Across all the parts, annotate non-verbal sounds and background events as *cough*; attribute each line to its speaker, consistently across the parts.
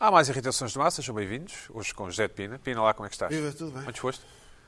Speaker 1: Há mais irritações de massa, sejam bem-vindos. Hoje com José de Pina. Pina, lá como é que estás?
Speaker 2: Viva, tudo bem?
Speaker 1: Muito foste?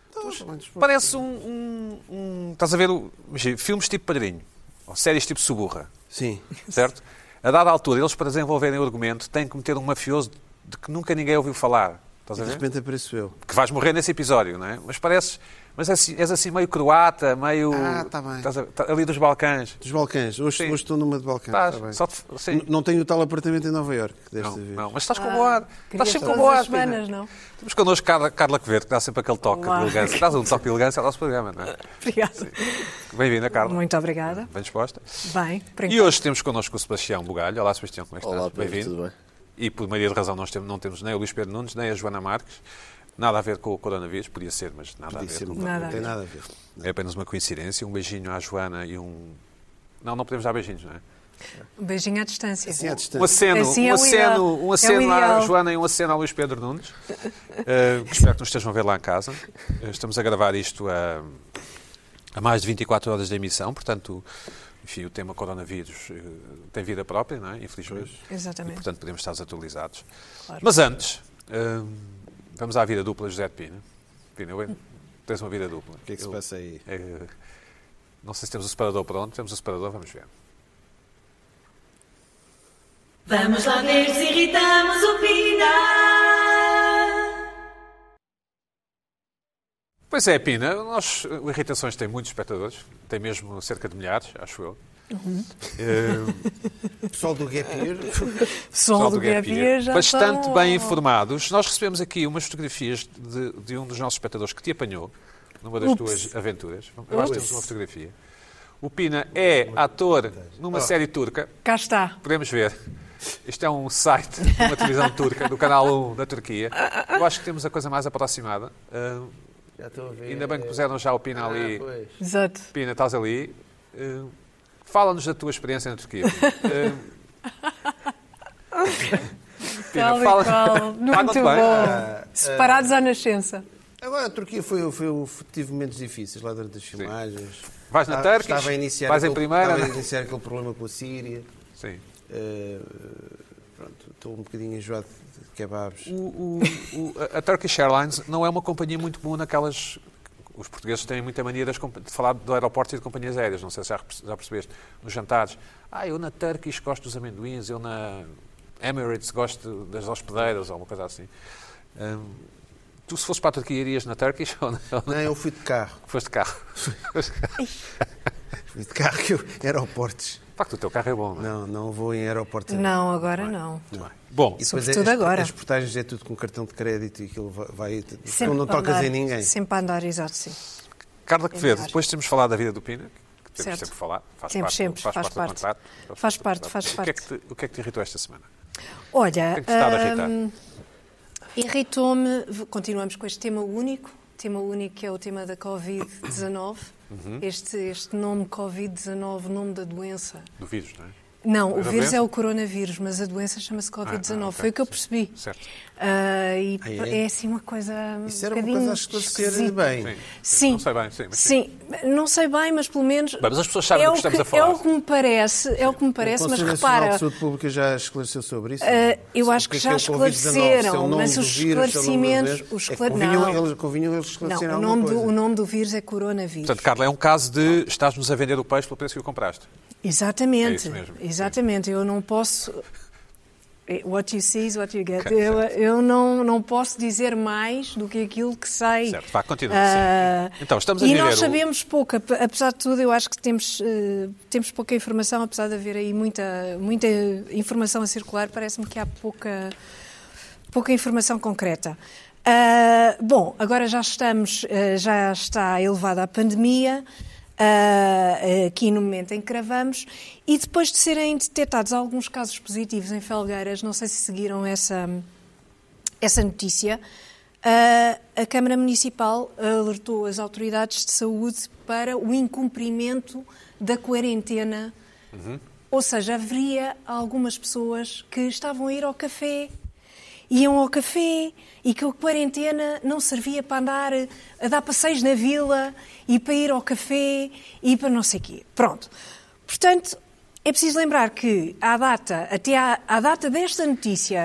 Speaker 2: Estou bem disposto.
Speaker 1: Parece um, um- um- Estás a ver o- imagina, filmes tipo Padrinho, ou séries tipo Suburra,
Speaker 2: Sim.
Speaker 1: certo? A dada altura, eles para desenvolverem o argumento têm que meter um mafioso de que nunca ninguém ouviu falar. Estás
Speaker 2: E
Speaker 1: a
Speaker 2: de
Speaker 1: ver?
Speaker 2: repente apareço eu.
Speaker 1: Que vais morrer nesse episódio, não é? Mas pareces. Mas assim- és assim meio croata, meio.
Speaker 2: Ah, tá bem.
Speaker 1: estás a- tá- ali dos Balcãs.
Speaker 2: Dos Balcãs. Hoje,
Speaker 1: Sim.
Speaker 2: hoje estou numa de Balcãs.
Speaker 1: Estás.
Speaker 2: está Tá bem.
Speaker 1: só te- sim.
Speaker 2: N- Não tenho o tal apartamento em Nova Iorque desta
Speaker 1: Não,
Speaker 2: vez.
Speaker 1: não, mas estás com boa ar. Estás sempre com
Speaker 3: Ah, todas
Speaker 1: boa ar.
Speaker 3: as semanas,
Speaker 1: Pina.
Speaker 3: não?
Speaker 1: Temos connosco Carla, Carla Quevedo, que dá sempre aquele toque
Speaker 3: Olá.
Speaker 1: de elegância. Dás um toque de elegância ao nosso programa, não é?
Speaker 3: Obrigada.
Speaker 1: Bem-vinda, Carla.
Speaker 3: Muito obrigada.
Speaker 1: Bem disposta.
Speaker 3: Bem, por
Speaker 1: E
Speaker 3: enquanto.
Speaker 1: hoje temos connosco o Sebastião Bugalho. Olá, Sebastião, como é que estás?
Speaker 4: Olá, Pedro, tudo bem?
Speaker 1: E por maioria de razão nós temos- não temos nem o Luís Pedro Nunes, nem a Joana Marques. Nada a ver com o coronavírus, podia ser, mas nada a ver.
Speaker 2: Disse-me,
Speaker 1: com-
Speaker 2: não,
Speaker 3: Nada a
Speaker 2: tem
Speaker 3: ver.
Speaker 2: nada a ver.
Speaker 1: É apenas uma coincidência. Um beijinho à Joana e um... Não, não podemos dar beijinhos, não é?
Speaker 3: Um beijinho à distância.
Speaker 2: Sim, à
Speaker 1: Um
Speaker 2: distância.
Speaker 1: aceno,
Speaker 3: Assim é
Speaker 1: um
Speaker 3: o
Speaker 1: aceno, um
Speaker 3: ideal. É o
Speaker 1: aceno à
Speaker 3: ideal.
Speaker 1: Joana e um aceno ao Luís Pedro Nunes. Eh, que espero que nos estejam a ver lá em casa. Eh, Estamos a gravar isto a, a mais de 24 horas da emissão, portanto, enfim, o tema coronavírus eh, tem vida própria, não é? Infelizmente. E,
Speaker 3: Exatamente.
Speaker 1: portanto, podemos estar atualizados.
Speaker 3: Claro.
Speaker 1: Mas antes, eh, vamos à vida dupla de José de Pina. Pina, eu- tens uma vida dupla. eh,
Speaker 4: O que é que se passa aí?
Speaker 1: não sei se temos o separador pronto, temos o separador, vamos ver.
Speaker 5: Vamos lá ver se irritamos o Pina.
Speaker 1: Pois é, Pina, nós, o Irritações tem muitos espectadores, tem mesmo cerca de milhares, acho eu.
Speaker 2: *laughs*
Speaker 1: Eh,
Speaker 2: O pessoal do Gap Year.
Speaker 3: Sol
Speaker 1: pessoal
Speaker 3: do
Speaker 1: Gap
Speaker 3: Gavia
Speaker 1: Year,
Speaker 3: já
Speaker 1: bastante
Speaker 3: estão-
Speaker 1: bem informados. Nós recebemos aqui umas fotografias de, de um dos nossos espectadores que te apanhou numa das
Speaker 3: Ups.
Speaker 1: tuas aventuras. Eu acho que temos uma fotografia. O Pina é ator numa série turca,
Speaker 3: Cá está.
Speaker 1: podemos ver. Isto é um site de uma televisão turca, do canal 1 da Turquia. Eu acho que temos a coisa mais aproximada. Eh,
Speaker 6: *laughs* Já estou a ver.
Speaker 1: ainda bem que puseram já o Pina ali.
Speaker 6: Ah, pois.
Speaker 3: Exato.
Speaker 1: Pina, estás ali. Eh, Fala-nos da tua experiência na
Speaker 3: *laughs*
Speaker 1: Turquia. Eh, Pina,
Speaker 3: Tal e
Speaker 1: fala- *laughs*
Speaker 3: qual. Muito
Speaker 1: Fala-te bem. Ah,
Speaker 3: bom. Separados à nascença.
Speaker 2: Agora, a Turquia foi, foi, um- tive momentos difíceis lá durante as filmagens.
Speaker 1: Vais na
Speaker 2: Estava-
Speaker 1: Turkish,
Speaker 2: Ah, Estava a iniciar
Speaker 1: vais em
Speaker 2: aquele-
Speaker 1: primeira,
Speaker 2: Estava a
Speaker 1: né?
Speaker 2: iniciar aquele problema com a Síria.
Speaker 1: Sim.
Speaker 2: Eh, pronto, estou um bocadinho enjoado de kebabs.
Speaker 1: O- o- o- a- a Turkish Airlines não é uma companhia muito boa naquelas. Os portugueses têm muita mania das compa- de falar do aeroporto e de companhias aéreas. Não sei se já, perce- já percebeste. Nos jantares. Ah, eu na Turkish gosto dos amendoins, eu na Emirates gosto das hospedeiras, ou alguma coisa assim. Eh, tu, se fosses para a Turquia, irias na Turkish *laughs* ou na, ou na-
Speaker 2: Não, eu fui de carro.
Speaker 1: Foste de carro?
Speaker 2: Fui de carro que eu... Aeroportos.
Speaker 1: De facto, o teu carro é bom, não é?
Speaker 2: Não, não vou em aeroportos.
Speaker 3: Não, agora não.
Speaker 1: Muito bem. Bom,
Speaker 2: E depois
Speaker 3: Sobretudo
Speaker 2: as,
Speaker 3: agora.
Speaker 2: As portagens é tudo com cartão de crédito e aquilo va- vai. Então não tocas
Speaker 3: andar,
Speaker 2: em ninguém.
Speaker 3: Sempre a andar, exato, sim.
Speaker 1: Carla Quevedo,
Speaker 3: Claro.
Speaker 1: depois temos falado da vida do Pina, que temos
Speaker 3: É Certo.
Speaker 1: sempre falar. Faz
Speaker 3: Temos
Speaker 1: parte,
Speaker 3: sempre,
Speaker 1: faz,
Speaker 3: faz
Speaker 1: parte. do
Speaker 3: parte.
Speaker 1: contrato.
Speaker 3: Faz
Speaker 1: do
Speaker 3: parte,
Speaker 1: contrato.
Speaker 3: faz
Speaker 1: O que, é que te, o que é que te irritou esta semana?
Speaker 3: Olha,
Speaker 1: Tem que estar a irritar.
Speaker 3: hum, irritou-me, v- continuamos com este tema único, tema único que é o tema da Covid-19,
Speaker 1: Uhum.
Speaker 3: este, este nome Covid-19, nome da doença.
Speaker 1: Do vírus, não é?
Speaker 3: Não,
Speaker 1: Era
Speaker 3: o vírus
Speaker 1: doença?
Speaker 3: é o coronavírus, mas a doença chama-se Covid-19,
Speaker 1: Ah, ah, ok.
Speaker 3: foi o que eu percebi.
Speaker 1: Certo.
Speaker 3: Ah, e
Speaker 2: Ai,
Speaker 3: p-
Speaker 2: ai.
Speaker 3: é assim uma coisa
Speaker 2: Isso
Speaker 3: um
Speaker 2: era uma
Speaker 3: bocadinho
Speaker 2: coisa a esclarecer
Speaker 3: esquisita.
Speaker 2: bem.
Speaker 1: Sim.
Speaker 3: Sim.
Speaker 1: Não sei bem, sim. Mas sim.
Speaker 3: Sim, não sei bem, mas pelo menos.
Speaker 1: mas as pessoas sabem do
Speaker 3: o
Speaker 1: que estamos a
Speaker 3: É
Speaker 1: falar.
Speaker 3: o que me parece, é o que me parece,
Speaker 2: o
Speaker 3: mas
Speaker 2: Conselho Nacional
Speaker 3: repara.
Speaker 2: de Saúde Pública já esclareceu sobre isso?
Speaker 3: Eh, eu
Speaker 2: Sobre
Speaker 3: acho
Speaker 2: o
Speaker 3: que
Speaker 2: é
Speaker 3: já
Speaker 2: é o Covid-19, se é o
Speaker 3: esclareceram,
Speaker 2: nome
Speaker 3: mas
Speaker 2: do vírus,
Speaker 3: os
Speaker 2: se é o nome da
Speaker 3: esclarecimentos-
Speaker 2: doença.
Speaker 3: os
Speaker 2: É que
Speaker 3: esclare-
Speaker 2: convinham,
Speaker 3: não.
Speaker 2: eles, convinham eles esclarecerem
Speaker 3: Não, o
Speaker 2: alguma
Speaker 3: nome, do,
Speaker 2: coisa.
Speaker 3: o nome do vírus é coronavírus.
Speaker 1: Portanto, Carla, é um caso de estás-nos a vender o peixe pelo preço que o compraste.
Speaker 3: Exatamente.
Speaker 1: É isso mesmo.
Speaker 3: Exatamente. Eu não posso. eh, What you see is what you get. Eu, eu não, não posso dizer mais do que aquilo que sei.
Speaker 1: Certo, vá, continua,
Speaker 3: Ah,
Speaker 1: sim. Então, estamos a
Speaker 3: E
Speaker 1: viver
Speaker 3: nós
Speaker 1: o-
Speaker 3: sabemos pouco, ap- apesar de tudo, eu acho que temos, eh, temos pouca informação, apesar de haver aí muita, muita informação a circular, parece-me que há pouca, pouca informação concreta. Ah, bom, agora já estamos, eh, já está elevada a pandemia, ah, eh, aqui no momento em que gravamos, e depois de serem detectados alguns casos positivos em Felgueiras, não sei se seguiram essa, essa notícia, ah, a Câmara Municipal alertou as autoridades de saúde para o incumprimento da quarentena. Ou seja, haveria algumas pessoas que estavam a ir ao café, iam ao café e que a quarentena não servia para andar a dar passeios na vila e para ir ao café e para não sei o quê. Pronto. Portanto, É preciso lembrar que à data, até à, à data desta notícia,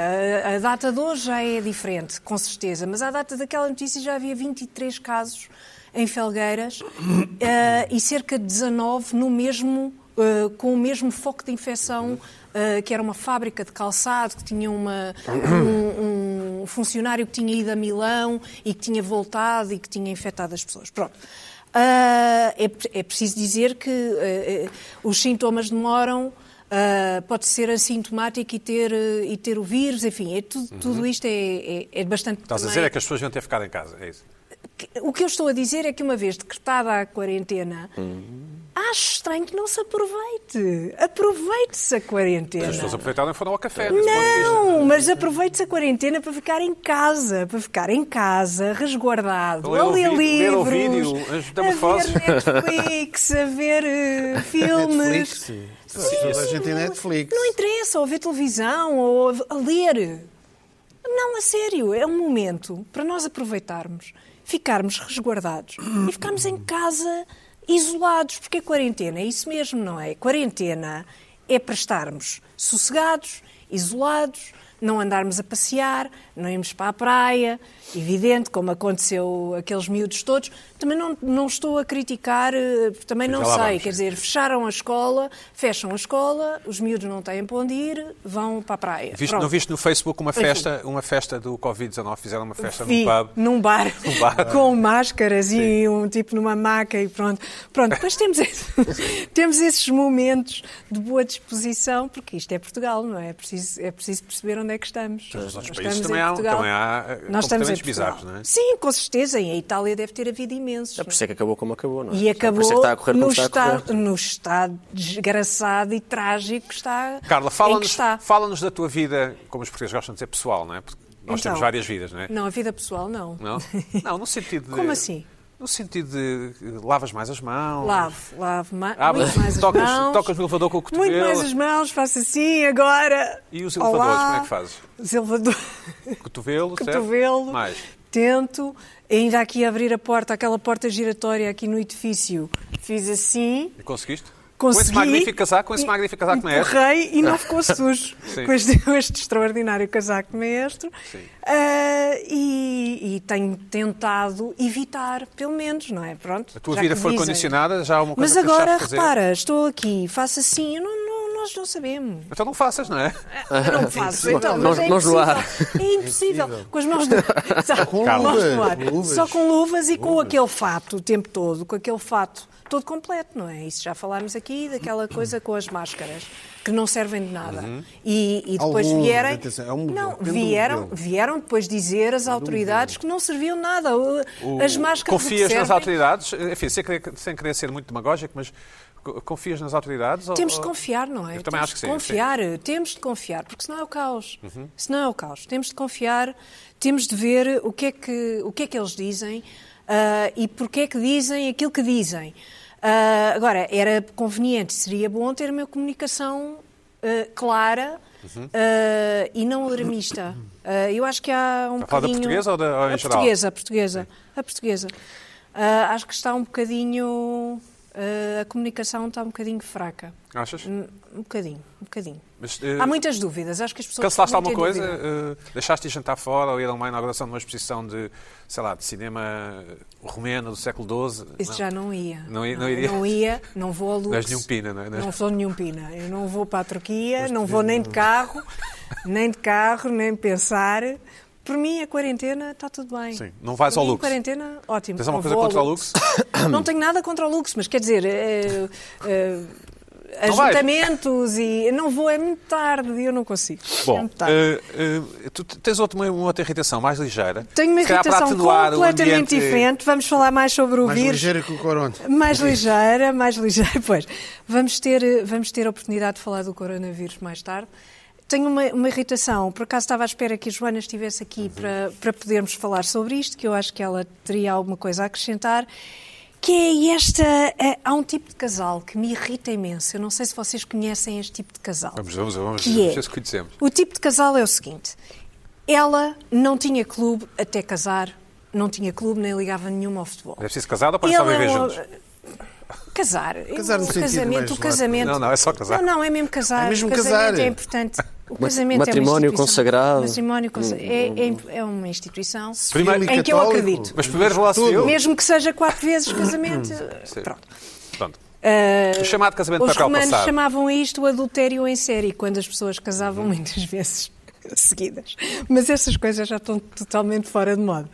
Speaker 3: a, a data de hoje já é diferente, com certeza, mas à data daquela notícia já havia 23 casos em Felgueiras eh, e cerca de 19 no mesmo, eh, com o mesmo foco de infecção, eh, que era uma fábrica de calçado, que tinha uma, um, um funcionário que tinha ido a Milão e que tinha voltado e que tinha infectado as pessoas. Pronto. Ah, é, pre- é preciso dizer que eh, eh, os sintomas demoram. ah, pode ser assintomático e ter, eh, e ter o vírus, enfim, é tudo, tudo isto é, é, é bastante.
Speaker 1: Uhum. Estás a
Speaker 3: também-
Speaker 1: dizer é que as pessoas deviam ter ficado em casa, é isso.
Speaker 3: que- O que eu estou a dizer é que uma vez decretada a quarentena,
Speaker 1: Hum.
Speaker 3: acho estranho que não se aproveite. Aproveite-se a quarentena.
Speaker 1: As pessoas aproveitaram e foram ao café. desse ponto de vista.
Speaker 3: Não, mas aproveite-se a quarentena para ficar em casa, para ficar em casa, resguardado,
Speaker 1: Ler
Speaker 3: a
Speaker 1: o
Speaker 3: ler
Speaker 1: vídeo- ler o
Speaker 3: livros,
Speaker 1: vídeo, é as
Speaker 3: a
Speaker 1: metamorfoses.
Speaker 3: ver Netflix, a ver
Speaker 1: *laughs*
Speaker 3: eh, filmes.
Speaker 2: Netflix. Toda a gente tem Netflix.
Speaker 3: Não é interessa, ou ver televisão, ou a ler. Não, a sério, é um momento para nós aproveitarmos, ficarmos resguardados e ficarmos em casa isolados, porque a quarentena é isso mesmo, não é? Quarentena é para estarmos sossegados, isolados, não andarmos a passear, não irmos para a praia, evidente, como aconteceu aqueles miúdos todos. Também não, não estou a criticar, eh, também
Speaker 1: Já
Speaker 3: não
Speaker 1: lá
Speaker 3: sei,
Speaker 1: vamos,
Speaker 3: quer
Speaker 1: sim.
Speaker 2: é.
Speaker 3: dizer, fecharam a escola, fecham a escola, os miúdos não têm para onde ir, vão para a praia.
Speaker 1: Viste-
Speaker 3: Pronto.
Speaker 1: não viste no Facebook uma festa, uma festa do Covid-19? Fizeram uma festa
Speaker 3: Vi
Speaker 1: num pub.
Speaker 3: num bar,
Speaker 1: *laughs* Num bar.
Speaker 3: com máscaras e um tipo numa maca e pronto. Pronto, depois temos, esse-
Speaker 1: *laughs*
Speaker 3: temos esses momentos de boa disposição, porque isto é Portugal, não é? É preciso, é preciso perceber onde é que estamos. Nós
Speaker 1: nos outros
Speaker 3: estamos
Speaker 1: países
Speaker 3: em
Speaker 1: também há-
Speaker 3: Portugal.
Speaker 1: também há, eh,
Speaker 3: Nós estamos em
Speaker 1: comportamentos bizarros,
Speaker 3: Portugal.
Speaker 1: não é?
Speaker 3: Sim, com certeza, e a Itália deve ter havido imensos.
Speaker 4: Já por isso é que acabou como acabou, não é?
Speaker 3: E
Speaker 4: Já por
Speaker 3: acabou
Speaker 4: isso é que está a correr como
Speaker 3: no,
Speaker 4: está a correr.
Speaker 3: estado, no estado desgraçado e trágico que está.
Speaker 1: Carla,
Speaker 3: em que
Speaker 1: fala-nos
Speaker 3: está.
Speaker 1: fala da tua vida, como os portugueses gostam de dizer, pessoal, não é? Porque nós
Speaker 3: Então,
Speaker 1: temos várias vidas, não é?
Speaker 3: Não, a vida pessoal não. *laughs*
Speaker 1: Não? Não, no sentido de...
Speaker 3: Como assim?
Speaker 1: No sentido de eh, lavas mais as mãos.
Speaker 3: Lavo, lavo ma
Speaker 1: Ah, mas
Speaker 3: muito mais
Speaker 1: tocas-
Speaker 3: as mãos.
Speaker 1: tocas no elevador com o cotovelo.
Speaker 3: Muito mais as mãos, faço assim agora.
Speaker 1: E os
Speaker 3: Olá.
Speaker 1: elevadores, como é que fazes?
Speaker 3: Os elevadores,
Speaker 1: Cotovelo, certo?
Speaker 3: cotovelo,
Speaker 1: Mais.
Speaker 3: tento. Ainda aqui abrir a porta, aquela porta giratória aqui no edifício, fiz assim.
Speaker 1: E conseguiste? Com
Speaker 3: Consegui.
Speaker 1: esse magnífico casaco, com esse
Speaker 3: E-
Speaker 1: magnífico casaco não é?
Speaker 3: Correi e não ficou sujo
Speaker 1: *laughs* Sim.
Speaker 3: com este, *laughs* com este extraordinário casaco maestro.
Speaker 1: Sim.
Speaker 3: Ah, e, e tenho tentado evitar, pelo menos, não é? Pronto.
Speaker 1: A tua
Speaker 3: já
Speaker 1: vida
Speaker 3: que
Speaker 1: foi
Speaker 3: dizem.
Speaker 1: condicionada, já há uma coisa
Speaker 3: Mas
Speaker 1: que deixaste
Speaker 3: agora,
Speaker 1: de fazer.
Speaker 3: repara, estou aqui, faço assim, eu não- não- nós não sabemos.
Speaker 1: *laughs* Então não faças, não é?
Speaker 3: Eu não faço, então, mas
Speaker 4: Mãos-
Speaker 3: é
Speaker 4: mãos no
Speaker 3: impossível.
Speaker 4: ar.
Speaker 3: É impossível. Com as
Speaker 2: *laughs*
Speaker 3: mãos no ar. Só
Speaker 2: com
Speaker 3: mãos
Speaker 2: luvas,
Speaker 3: no ar.
Speaker 2: luvas.
Speaker 3: Só com luvas e com aquele fato o tempo todo, com aquele fato todo completo, não é? Isso já falámos aqui, daquela coisa com as máscaras, que não servem de nada. E, e depois
Speaker 2: Alguns,
Speaker 3: vierem.
Speaker 2: Uhum. atenção, é um modelo,
Speaker 3: não,
Speaker 2: depende do
Speaker 3: vieram,
Speaker 2: modelo.
Speaker 3: vieram depois dizer as autoridades que não serviam de nada. O- As máscaras. o que
Speaker 1: Confias nas
Speaker 3: servem-
Speaker 1: autoridades? Enfim, sem querer, sem querer ser muito demagógico, mas co- confias nas autoridades? ou-
Speaker 3: Temos de
Speaker 1: ou-
Speaker 3: confiar, não é?
Speaker 1: oh, Eu também
Speaker 3: temos
Speaker 1: acho que
Speaker 3: de
Speaker 1: sim, sim.
Speaker 3: confiar, eh, temos de confiar, porque senão é o caos. Senão é o caos. Temos de confiar, temos de ver o que é que, o que, é que eles dizem ah, e porque é que dizem aquilo que dizem. Ah, agora, era conveniente, seria bom ter uma comunicação ah, clara
Speaker 1: Uhum.
Speaker 3: ah, e não alarmista. Ah, eu acho que há um
Speaker 1: Está a falar da
Speaker 3: bocadinho-
Speaker 1: portuguesa ou da- ou em
Speaker 3: a
Speaker 1: geral?
Speaker 3: portuguesa, a portuguesa. A portuguesa. Ah, acho que está um bocadinho. ah, a comunicação está um bocadinho fraca.
Speaker 1: Achas?
Speaker 3: Hum, Um bocadinho, um bocadinho.
Speaker 1: Mas, eh,
Speaker 3: Há muitas dúvidas, acho que as pessoas.
Speaker 1: Cancelaste
Speaker 3: têm
Speaker 1: alguma
Speaker 3: muita
Speaker 1: coisa?
Speaker 3: dúvida.
Speaker 1: Eh, deixaste ir jantar fora ou ir a uma inauguração de uma exposição de, sei lá, de cinema eh, romeno do século XII?
Speaker 3: Isso
Speaker 1: Não. é?
Speaker 3: já não ia.
Speaker 1: Não ia- não iria.
Speaker 3: Não ia, não vou a Lux.
Speaker 1: Não és nenhum pina, não é?
Speaker 3: Não sou nenhum pina. Eu não vou para a Turquia, não vou nem de carro, nem de carro, nem pensar. Por mim, a quarentena está tudo bem.
Speaker 1: Sim, não vais
Speaker 3: Por
Speaker 1: ao
Speaker 3: mim,
Speaker 1: Lux.
Speaker 3: quarentena, ótimo.
Speaker 1: Tens alguma
Speaker 3: Não
Speaker 1: coisa
Speaker 3: vou ao
Speaker 1: contra o
Speaker 3: *laughs*
Speaker 1: Lux?
Speaker 3: Não tenho nada contra o Lux, mas quer dizer, eh, eh,
Speaker 1: Não vais.
Speaker 3: ajuntamentos e. Não vou, é muito tarde e eu não consigo. é
Speaker 1: Bom,
Speaker 3: muito tarde.
Speaker 1: eh, eh, tu te- tens outro, uma, uma outra irritação mais ligeira.
Speaker 3: Tenho uma
Speaker 1: Se calhar para
Speaker 3: irritação
Speaker 1: atenuar o
Speaker 3: completamente
Speaker 1: ambiente-
Speaker 3: diferente. Vamos falar mais sobre o
Speaker 2: Mais
Speaker 3: vírus.
Speaker 2: ligeira que o Coronte.
Speaker 3: Mais ligeira, mais ligeira. *laughs* Pois, vamos ter, eh, vamos ter a oportunidade de falar do coronavírus mais tarde. Tenho uma, uma irritação. Por acaso estava à espera que a Joana estivesse aqui
Speaker 1: Uhum.
Speaker 3: para, para podermos falar sobre isto, que eu acho que ela teria alguma coisa a acrescentar. Que é esta. eh, há um tipo de casal que me irrita imenso. Eu não sei se vocês conhecem este tipo de casal.
Speaker 1: Vamos, vamos, vamos.
Speaker 3: Que é?
Speaker 1: ver se conhecemos.
Speaker 3: O tipo de casal é o seguinte: ela não tinha clube até casar, não tinha clube, nem ligava nenhuma ao futebol.
Speaker 1: Mas É preciso casar ou pode só
Speaker 3: Ele é
Speaker 1: viver
Speaker 3: um-
Speaker 1: juntos?
Speaker 3: Casar. Eu-
Speaker 2: Casar no
Speaker 3: o
Speaker 2: sentido mais
Speaker 3: casamento, o
Speaker 2: lato.
Speaker 3: casamento.
Speaker 1: Não, não, é só casar.
Speaker 3: Não, não, é mesmo casar.
Speaker 2: É mesmo
Speaker 3: o casamento
Speaker 2: casar.
Speaker 3: é importante. O
Speaker 4: Mat-
Speaker 3: casamento
Speaker 4: matrimónio
Speaker 3: é uma instituição.
Speaker 4: consagrado. Hum.
Speaker 3: Matrimónio consagrado. É, é- é uma instituição
Speaker 1: Primeiro-
Speaker 3: em que eu acredito.
Speaker 1: Mas primeiro lá se viu.
Speaker 3: Mesmo que seja quatro vezes casamento. Pronto.
Speaker 1: Pronto.
Speaker 3: Ah,
Speaker 1: Hum, O chamado casamento de
Speaker 3: os
Speaker 1: papel
Speaker 3: romanos
Speaker 1: passado.
Speaker 3: chamavam isto o adultério em série, quando as pessoas casavam
Speaker 1: Hum.
Speaker 3: muitas vezes *laughs* seguidas. Mas essas coisas já estão totalmente fora de moda.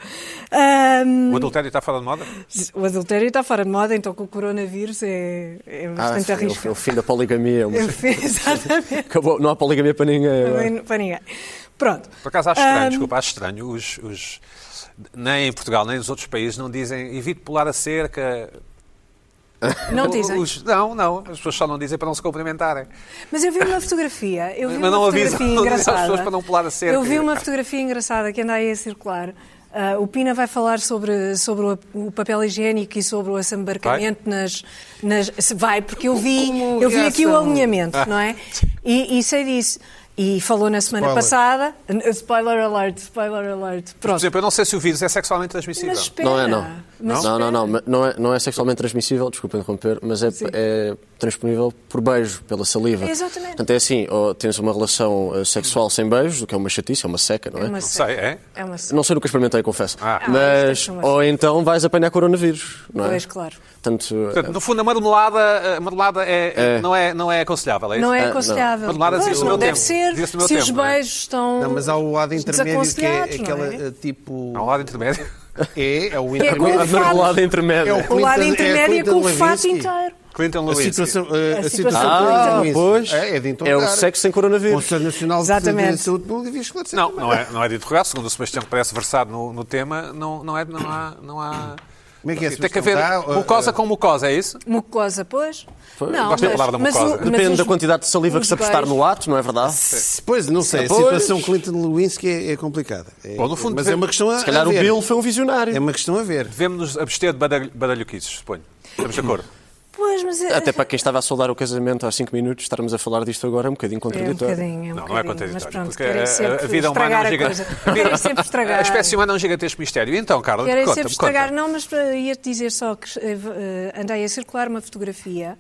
Speaker 3: Ah,
Speaker 1: O adultério está fora de moda?
Speaker 3: o adultério está fora de moda, então com o coronavírus é, é
Speaker 4: Ah,
Speaker 3: bastante
Speaker 4: é o- é o
Speaker 3: arriscado.
Speaker 4: fim da poligamia. mas
Speaker 3: *laughs* Exatamente.
Speaker 4: *laughs* Acabou, não há poligamia para ninguém. agora.
Speaker 3: Também não- Para ninguém. Pronto.
Speaker 1: Por acaso acho estranho,
Speaker 3: Ahm.
Speaker 1: desculpa, acho estranho. Os, os- nem em Portugal, nem nos outros países não dizem evite pular a cerca.
Speaker 3: Não
Speaker 1: O-
Speaker 3: dizem.
Speaker 1: os- não, não. As pessoas só não dizem para não se cumprimentarem.
Speaker 3: Mas eu vi uma fotografia. Eu vi
Speaker 1: Mas
Speaker 3: uma
Speaker 1: não
Speaker 3: fotografia
Speaker 1: avisam- não avisam as
Speaker 3: engraçada.
Speaker 1: pessoas para não pular a cerca.
Speaker 3: Eu vi uma fotografia engraçada que anda aí a circular. Ah, o Pina vai falar sobre, sobre o, o papel higiênico e sobre o assambarcamento nas, nas. se Vai, porque eu vi,
Speaker 2: Como
Speaker 3: eu vi aqui o
Speaker 2: reação?
Speaker 3: alinhamento,
Speaker 1: Ah.
Speaker 3: não é? E, e sei disso. E falou na semana
Speaker 2: Spoiler.
Speaker 3: passada. Spoiler alert, spoiler alert.
Speaker 1: Por
Speaker 3: Pronto.
Speaker 1: exemplo, eu não sei se o vírus é sexualmente transmissível.
Speaker 3: Mas espera.
Speaker 4: Não é, não.
Speaker 3: Mas
Speaker 4: não, não,
Speaker 3: espera.
Speaker 4: não, mas não é, não é sexualmente transmissível, desculpa interromper, mas é, é transponível por beijo, pela saliva.
Speaker 3: Exatamente.
Speaker 4: Portanto, é assim, ou tens uma relação eh, sexual sem beijos, o que é uma chatice, é uma seca, não é?
Speaker 3: É uma
Speaker 1: Não sei, é?
Speaker 3: É uma
Speaker 4: Não sei, nunca experimentei, confesso.
Speaker 1: Ah.
Speaker 3: Ah, isto
Speaker 4: Mas,
Speaker 3: é uma
Speaker 4: ou então vais apanhar coronavírus, não é?
Speaker 3: Pois, claro.
Speaker 4: Portanto, eh,
Speaker 1: Portanto, no fundo, a marmelada, a marmelada é, Não, é, não é aconselhável, é isso?
Speaker 3: Não é
Speaker 4: Ah, não.
Speaker 3: aconselhável.
Speaker 1: Marmelada
Speaker 3: Pois,
Speaker 1: dizia-se no meu
Speaker 3: não deve
Speaker 1: tempo.
Speaker 3: ser
Speaker 1: Dizia-se no meu
Speaker 3: se os
Speaker 1: tempo, não é?
Speaker 3: beijos estão.
Speaker 2: Não, mas há o lado intermédio que é
Speaker 3: desaconselhados, não
Speaker 2: aquela
Speaker 3: é?
Speaker 2: eh, tipo.
Speaker 1: Há um lado intermédio.
Speaker 2: É, é o
Speaker 3: é
Speaker 2: intermédio.
Speaker 3: com
Speaker 4: a
Speaker 3: o fato.
Speaker 4: marmelada intermédia.
Speaker 2: É
Speaker 3: O lado
Speaker 2: Clinton- é
Speaker 3: intermédio é
Speaker 2: Clinton
Speaker 3: com o fato
Speaker 2: Lewinsky.
Speaker 3: inteiro.
Speaker 1: Clinton
Speaker 2: A
Speaker 1: Lewis.
Speaker 2: situação, eh,
Speaker 3: A
Speaker 2: a
Speaker 3: situação
Speaker 2: situação
Speaker 3: do
Speaker 2: do
Speaker 4: Ah,
Speaker 2: Clinton
Speaker 4: pois.
Speaker 2: Lewis. É, é de
Speaker 4: É o
Speaker 2: interrogar.
Speaker 4: sexo sem coronavírus.
Speaker 2: Conselho Nacional de
Speaker 3: Exatamente.
Speaker 2: de Saúde Pública devia esclarecer.
Speaker 1: Não, não é, não é de interrogar. Segundo o Sebastião, que parece versado no, no tema, não, não, é, não há. Não há...
Speaker 2: Como é que é,
Speaker 1: Tem que
Speaker 2: Sebastião?
Speaker 1: haver
Speaker 2: Dá, uh,
Speaker 1: mucosa
Speaker 2: uh,
Speaker 1: com mucosa, é isso?
Speaker 3: Mucosa, pois? Não,
Speaker 1: Gosto de falar da mucosa.
Speaker 3: o-
Speaker 4: Depende
Speaker 3: os-
Speaker 4: da quantidade de saliva que se apostar no ato, não é verdade?
Speaker 2: Pois, não sei. A
Speaker 4: Pois.
Speaker 2: situação Clinton Lewinsky é, é complicada. É-
Speaker 1: Bom, no fundo,
Speaker 2: mas é uma questão a,
Speaker 4: Se calhar
Speaker 2: a
Speaker 4: o
Speaker 2: ver.
Speaker 4: Bill foi um visionário.
Speaker 2: É uma questão a ver.
Speaker 1: Devemos-nos abster de badalho- badalhoquices, suponho. Estamos de acordo.
Speaker 3: Pois, mas é-
Speaker 4: Até para quem estava a soldar o casamento há 5 minutos, estarmos a falar disto agora é um bocadinho
Speaker 3: É um
Speaker 4: contraditório.
Speaker 3: bocadinho, é um
Speaker 1: Não, não é
Speaker 3: bocadinho,
Speaker 1: contraditório.
Speaker 3: Mas pronto,
Speaker 1: porque
Speaker 3: querem
Speaker 1: a,
Speaker 3: sempre
Speaker 1: *laughs* a vida humana
Speaker 3: estragar
Speaker 1: é um
Speaker 3: a
Speaker 1: gigante-
Speaker 3: coisa. Querem sempre estragar.
Speaker 1: A espécie humana é um gigantesco mistério. E então, Carla,
Speaker 3: Querem
Speaker 1: conta-me,
Speaker 3: sempre estragar.
Speaker 1: conta.
Speaker 3: Não, mas eh, ia-te dizer só que eh, eh, andei a circular uma fotografia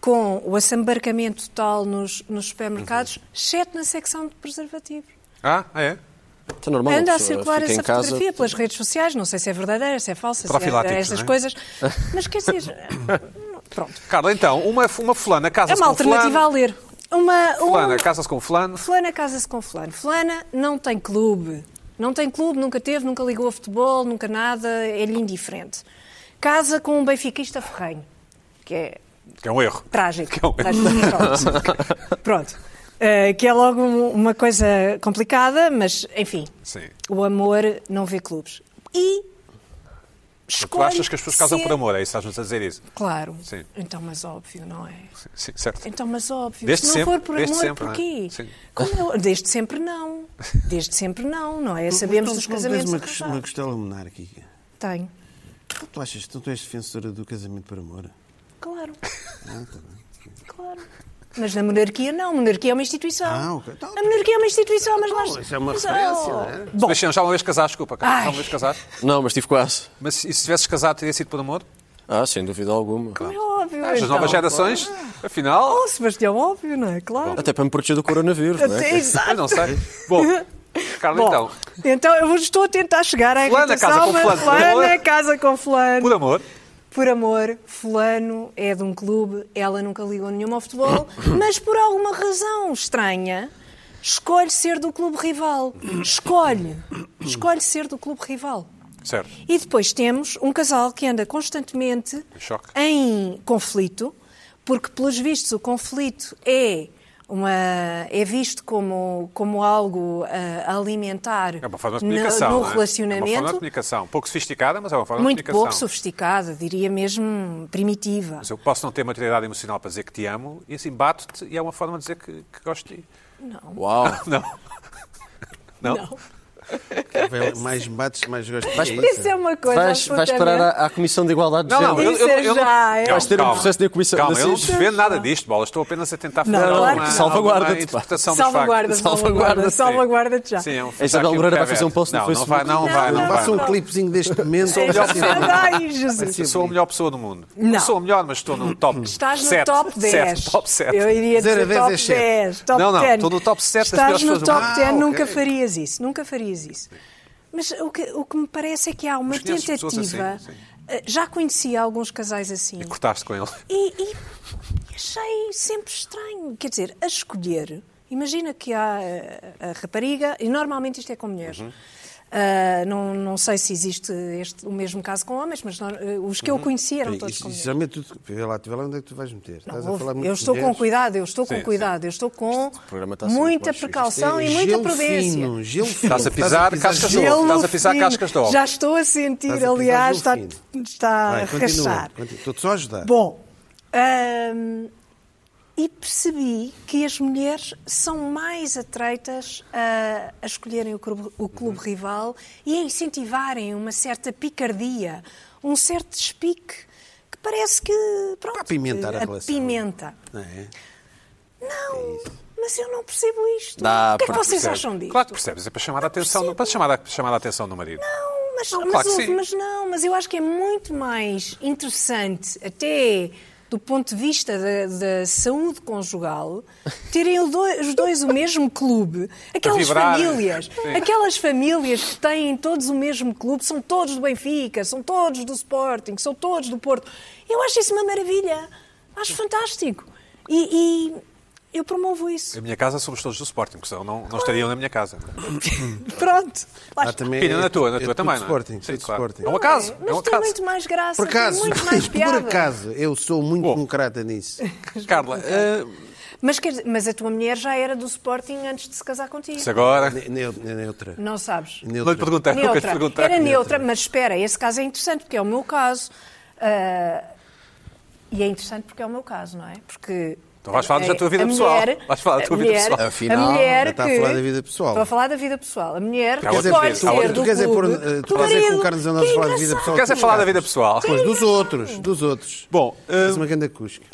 Speaker 3: com o assambarcamento total nos, nos
Speaker 1: Uhum.
Speaker 3: supermercados, exceto na secção de preservativos.
Speaker 1: Ah, é?
Speaker 4: Então, normal,
Speaker 3: Anda a
Speaker 4: pessoa
Speaker 3: circular
Speaker 4: fica em
Speaker 3: essa
Speaker 4: casa,
Speaker 3: fotografia pelas redes sociais, não sei se é verdadeira, se é falsa, se
Speaker 1: Profiláticos,
Speaker 3: é estas
Speaker 1: não é? *laughs*
Speaker 3: coisas. Mas quer dizer, eh, pronto.
Speaker 1: Carla, então, uma, uma fulana
Speaker 3: É
Speaker 1: casa-se
Speaker 3: uma
Speaker 1: com
Speaker 3: alternativa a
Speaker 1: fulano.
Speaker 3: ler. Uma, um
Speaker 1: Fulana
Speaker 3: uma-
Speaker 1: casa-se com fulano. é
Speaker 3: Fulana casa-se com fulano. Fulana não tem clube. Não tem clube, nunca teve, nunca ligou a futebol, nunca nada, é-lhe indiferente. Casa com um benfiquista ferrenho, que é
Speaker 1: Que é um erro.
Speaker 3: trágico.
Speaker 1: Que é um erro.
Speaker 3: Trágico. Pronto. Pronto. Eh, que é logo um- uma coisa complicada, mas enfim,
Speaker 1: Sim.
Speaker 3: o amor não vê clubes. E
Speaker 1: Tu
Speaker 3: escolhe
Speaker 1: achas que as pessoas casam
Speaker 3: ser-
Speaker 1: por amor, é isso? Estás-nos a dizer isso?
Speaker 3: Claro.
Speaker 1: Sim.
Speaker 3: Então, mas óbvio, não é?
Speaker 1: Sim, certo.
Speaker 3: Então, mas óbvio,
Speaker 1: Desde
Speaker 3: se não
Speaker 1: sempre,
Speaker 3: for por
Speaker 1: desde
Speaker 3: amor,
Speaker 1: sempre, não é?
Speaker 3: porquê?
Speaker 1: Sim.
Speaker 3: Como é? Desde sempre não. Desde sempre não, não é? Sabemos
Speaker 2: Então,
Speaker 3: dos
Speaker 2: tu não
Speaker 3: casamentos.
Speaker 2: tens uma,
Speaker 3: de
Speaker 2: cos-
Speaker 3: casal.
Speaker 2: uma costela monárquica.
Speaker 3: Tenho,
Speaker 2: Então, tu achas que tu és defensora do casamento por amor?
Speaker 3: claro.
Speaker 2: Ah, tá
Speaker 3: Claro. Mas na monarquia não, a monarquia é uma instituição.
Speaker 2: Ah, ok. Então-
Speaker 3: a monarquia é uma instituição, mas
Speaker 2: Não,
Speaker 3: lá...
Speaker 2: isso é uma
Speaker 3: mas,
Speaker 2: referência,
Speaker 3: oh,
Speaker 2: não é?
Speaker 3: Bom,
Speaker 1: Mas sim, já uma vez casaste, desculpa, Carla. Já
Speaker 3: Ai.
Speaker 1: uma vez casaste.
Speaker 4: Não, mas tive quase.
Speaker 1: Mas se se tivesses casado, teria sido por amor?
Speaker 4: Ah, sem dúvida alguma.
Speaker 3: é óbvio.
Speaker 1: As
Speaker 3: então.
Speaker 1: novas gerações, afinal.
Speaker 3: Oh, Sebastião, óbvio, não é? Claro.
Speaker 4: Até para me proteger do coronavírus, não é?
Speaker 3: Exato.
Speaker 1: Eu não sei. Bom, Carla,
Speaker 3: Bom,
Speaker 1: então,
Speaker 3: então eu estou a tentar chegar à
Speaker 1: Fulana
Speaker 3: irritação,
Speaker 1: casa com
Speaker 3: mas
Speaker 1: fulano.
Speaker 3: fulana é casa com fulano.
Speaker 1: por amor,
Speaker 3: Por amor, fulano é de um clube, ela nunca ligou nenhuma ao futebol, mas por alguma razão estranha, escolhe ser do clube rival. Escolhe. Escolhe ser do clube rival.
Speaker 1: certo.
Speaker 3: E depois temos um casal que anda constantemente
Speaker 1: Choque.
Speaker 3: em conflito, porque, pelos vistos, o conflito é, uma, é visto como, como algo ah, alimentar
Speaker 1: É uma forma de
Speaker 3: no-
Speaker 1: comunicação.
Speaker 3: no,
Speaker 1: não é?
Speaker 3: relacionamento.
Speaker 1: É uma forma de comunicação. Pouco sofisticada, mas é uma forma
Speaker 3: Muito
Speaker 1: de
Speaker 3: pouco
Speaker 1: comunicação.
Speaker 3: sofisticada, diria mesmo primitiva.
Speaker 1: Mas eu posso não ter maturidade emocional para dizer que te amo e assim bato-te e é uma forma de dizer que, que gosto de ti.
Speaker 4: Uau!
Speaker 1: Não. Não?
Speaker 2: Vem mais bates, mais gosto.
Speaker 4: Vais-
Speaker 2: É isso.
Speaker 3: Isso é uma coisa.
Speaker 4: Vais, vais parar
Speaker 3: absolutamente-
Speaker 4: à, à Comissão de Igualdade de
Speaker 1: Não, não,
Speaker 4: Género.
Speaker 1: eu, eu, eu,
Speaker 3: Isso é já, é.
Speaker 1: Calma,
Speaker 4: Vais ter um
Speaker 1: calma.
Speaker 4: processo de comissão-
Speaker 1: Calma,
Speaker 4: de
Speaker 1: eu não
Speaker 4: assistência.
Speaker 1: defendo nada disto, bola. Estou apenas a tentar fazer
Speaker 3: Não,
Speaker 1: alguma,
Speaker 3: claro que sim.
Speaker 1: alguma
Speaker 4: Salvaguarda-te, pá.
Speaker 1: interpretação dos
Speaker 3: Salvaguarda,
Speaker 1: factos.
Speaker 3: salvaguarda,
Speaker 4: Salvaguarda-te.
Speaker 3: salvaguarda-te já.
Speaker 1: Sim, é um
Speaker 4: A Isabel
Speaker 1: aqui
Speaker 4: Moreira vai fazer um
Speaker 1: perverso.
Speaker 4: post no
Speaker 1: não, não
Speaker 4: Facebook.
Speaker 1: vai, não,
Speaker 3: Não,
Speaker 1: vai, não,
Speaker 3: não,
Speaker 1: vai.
Speaker 2: Faça um
Speaker 3: não.
Speaker 2: clipezinho deste momento. assim,
Speaker 3: É,
Speaker 1: melhor
Speaker 3: Ai,
Speaker 1: Mas
Speaker 3: Jesus.
Speaker 1: eu sou a melhor pessoa do mundo.
Speaker 3: Não.
Speaker 1: Não sou a melhor, mas estou no top
Speaker 3: Estás no
Speaker 1: 7,
Speaker 3: top 10.
Speaker 1: top 7.
Speaker 3: Eu iria
Speaker 2: Zero
Speaker 3: dizer
Speaker 2: a dez
Speaker 3: top
Speaker 2: é sete.
Speaker 3: 10. Top
Speaker 1: Não, não,
Speaker 3: 10.
Speaker 1: estou no top sete das
Speaker 3: Estás
Speaker 1: melhores
Speaker 3: no
Speaker 1: pessoas do
Speaker 3: top
Speaker 1: mundo.
Speaker 3: 10,
Speaker 1: Ah,
Speaker 3: nunca
Speaker 1: ok.
Speaker 3: farias isso, nunca farias isso. Mas o que, o que me parece é que há uma
Speaker 1: Mas conheces pessoas
Speaker 3: tentativa.
Speaker 1: assim, sim.
Speaker 3: eh, Já conheci alguns casais assim.
Speaker 1: Cortaste com ele.
Speaker 3: E, e achei sempre estranho. Quer dizer, a escolher. Imagina que há eh, a, rapariga, e normalmente isto é com mulheres.
Speaker 2: Uhum.
Speaker 3: Ah, não, não sei se existe este- o mesmo caso com homens, mas nor- eh, os que eu conheci eram
Speaker 2: Peraí,
Speaker 3: todos
Speaker 2: Uhum. isso-
Speaker 3: com
Speaker 2: isso
Speaker 3: mulheres.
Speaker 2: Geralmente, tu, vê lá, tu vê lá onde é que tu vais meter. Estás a
Speaker 3: Ouve,
Speaker 2: falar muito
Speaker 3: eu
Speaker 2: de
Speaker 3: estou com
Speaker 2: mulheres.
Speaker 3: cuidado, eu estou
Speaker 1: Sim,
Speaker 3: com
Speaker 1: sim.
Speaker 3: cuidado, eu estou com
Speaker 4: programa
Speaker 2: tá
Speaker 4: está a ser muito
Speaker 3: muita
Speaker 4: baixo.
Speaker 3: precisão
Speaker 2: É
Speaker 3: e muita
Speaker 2: gelo
Speaker 3: prudência.
Speaker 2: Fino, gelo fino.
Speaker 1: Estás a pisar cascas de ovo. Estás a pisar
Speaker 3: fino.
Speaker 1: cascas de ovo.
Speaker 3: Já estou a sentir,
Speaker 2: Estás a pisar
Speaker 3: aliás, está,
Speaker 2: gelo
Speaker 3: está a
Speaker 2: Vai, continua,
Speaker 3: rachar.
Speaker 2: continua. Estou-te só a ajudar.
Speaker 3: Bom, hum, e percebi que as mulheres são mais atreitas a, a escolherem o clube, o
Speaker 2: Uhum.
Speaker 3: clube rival e a incentivarem uma certa picardia, um certo despique que parece que. Pronto,
Speaker 2: Para apimentar a relação.
Speaker 3: Apimenta.
Speaker 2: Não é?
Speaker 3: Não, mas eu não percebo isto.
Speaker 4: Dá
Speaker 3: o que é que
Speaker 4: para
Speaker 3: vocês acham disto?
Speaker 1: Claro que percebes, é para chamar a atenção, do- para chamar a, chamar a atenção do marido.
Speaker 3: Não, mas,
Speaker 1: Não,
Speaker 3: mas
Speaker 1: claro que
Speaker 3: ouve,
Speaker 1: sim.
Speaker 3: mas não, mas eu acho que é muito mais interessante, até do ponto de vista da, da saúde conjugal, terem o doi- os dois o mesmo clube. Aquelas
Speaker 1: vibrar.
Speaker 3: famílias,
Speaker 1: Sim.
Speaker 3: aquelas famílias que têm todos o mesmo clube, são todos do Benfica, são todos do Sporting, são todos do Porto. Eu acho isso uma maravilha, acho fantástico. E, e eu promovo isso.
Speaker 1: A minha casa somos todos do Sporting, porque senão não, não estariam na minha
Speaker 3: *laughs*
Speaker 1: casa.
Speaker 3: Pronto.
Speaker 2: Há
Speaker 3: Lá está.
Speaker 2: também-
Speaker 1: Pina, na tua, na
Speaker 2: é
Speaker 1: tua
Speaker 2: tudo
Speaker 1: também, não é?
Speaker 2: Sporting,
Speaker 1: Sim,
Speaker 2: tudo
Speaker 1: claro.
Speaker 2: Sporting.
Speaker 1: É um acaso,
Speaker 3: Mas
Speaker 1: é um
Speaker 3: tem
Speaker 1: acaso.
Speaker 3: muito mais graça,
Speaker 2: Por acaso, *laughs*
Speaker 3: tem é muito mais
Speaker 2: por
Speaker 3: piada.
Speaker 2: acaso, eu sou muito
Speaker 1: Bom.
Speaker 2: democrata nisso.
Speaker 1: Carla, ah,
Speaker 3: Mas, quer dizer, mas a tua mulher já era do Sporting antes de se casar contigo.
Speaker 1: isso agora.
Speaker 2: Ne- neu- ne- Neutra.
Speaker 3: Não sabes.
Speaker 1: *laughs* Não lhe perguntei, nunca lhe
Speaker 3: Neutra.
Speaker 1: perguntei.
Speaker 3: Era neutra, mas espera, esse caso é interessante porque é o meu caso. Ah, e é interessante porque é o meu caso, não é? Porque.
Speaker 1: Então vais falar
Speaker 3: a-
Speaker 1: da tua vida
Speaker 3: a
Speaker 1: pessoal. Vais falar da
Speaker 3: a
Speaker 1: tua vida
Speaker 3: mulher-
Speaker 1: pessoal.
Speaker 2: Afinal,
Speaker 3: a mulher
Speaker 2: já está a
Speaker 3: que-
Speaker 2: falar da vida pessoal.
Speaker 3: Estou a falar da vida pessoal. A mulher que
Speaker 1: há outras
Speaker 3: pode
Speaker 1: vezes, há outras-
Speaker 3: ser
Speaker 1: tu
Speaker 3: do
Speaker 2: queres é pôr,
Speaker 3: clube,
Speaker 2: eh, tu
Speaker 3: do
Speaker 2: queres é
Speaker 3: marido,
Speaker 2: colocar-nos a nós
Speaker 3: que
Speaker 2: a falar da vida
Speaker 3: engraçado.
Speaker 2: pessoal.
Speaker 1: Queres é falar da vida pessoal?
Speaker 2: Pois, dos outros, dos outros.
Speaker 1: Bom,
Speaker 2: Faz
Speaker 1: ah,
Speaker 2: uma grande acusca.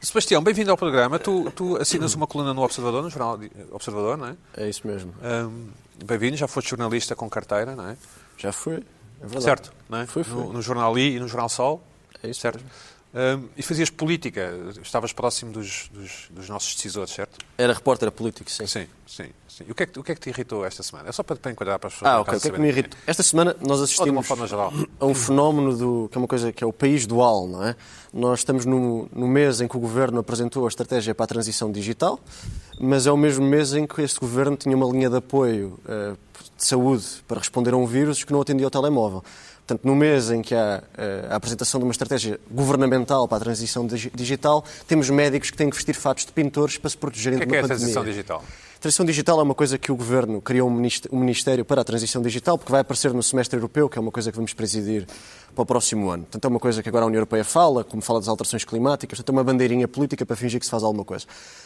Speaker 1: Sebastião, bem-vindo ao programa. Tu, tu assinas uma coluna no Observador, no jornal de- Observador, não é?
Speaker 4: É isso mesmo.
Speaker 1: Ahm, bem-vindo, já foste jornalista com carteira, não é?
Speaker 4: Já foi. É verdade.
Speaker 1: Certo, não é?
Speaker 4: Fui, fui.
Speaker 1: No, no Jornal I e no Jornal Sol.
Speaker 4: É isso
Speaker 1: certo. Ahm, e fazias política, estavas próximo dos, dos- dos nossos decisores, certo?
Speaker 4: Era repórter político, sim.
Speaker 1: Sim, sim. sim. E o que, é que, o que é que te irritou esta semana? É só para, para enquadrar para as pessoas.
Speaker 4: Ah,
Speaker 1: por
Speaker 4: ok.
Speaker 1: acaso,
Speaker 4: O que é que me
Speaker 1: saberem
Speaker 4: irrita? Esta semana nós
Speaker 1: Ou de uma
Speaker 4: assistimos
Speaker 1: forma geral.
Speaker 4: a um fenómeno do, que é uma coisa que é o país dual, não é? Nós estamos no, no mês em que o governo apresentou a estratégia para a transição digital, mas é o mesmo mês em que este governo tinha uma linha de apoio eh, de saúde para responder a um vírus que não atendia ao telemóvel. Portanto, no mês em que há eh, a apresentação de uma estratégia governamental para a transição digi- digital, temos médicos que têm que vestir fatos de pintores para se protegerem
Speaker 1: O que é
Speaker 4: de
Speaker 1: que
Speaker 4: uma
Speaker 1: é a
Speaker 4: pandemia.
Speaker 1: transição digital?
Speaker 4: Transição digital é uma coisa que o governo criou um minist- um ministério para a transição digital, porque vai aparecer no semestre europeu, que é uma coisa que vamos presidir para o próximo ano. Portanto, é uma coisa que agora a União Europeia fala, como fala das alterações climáticas, portanto, é uma bandeirinha política para fingir que se faz alguma coisa.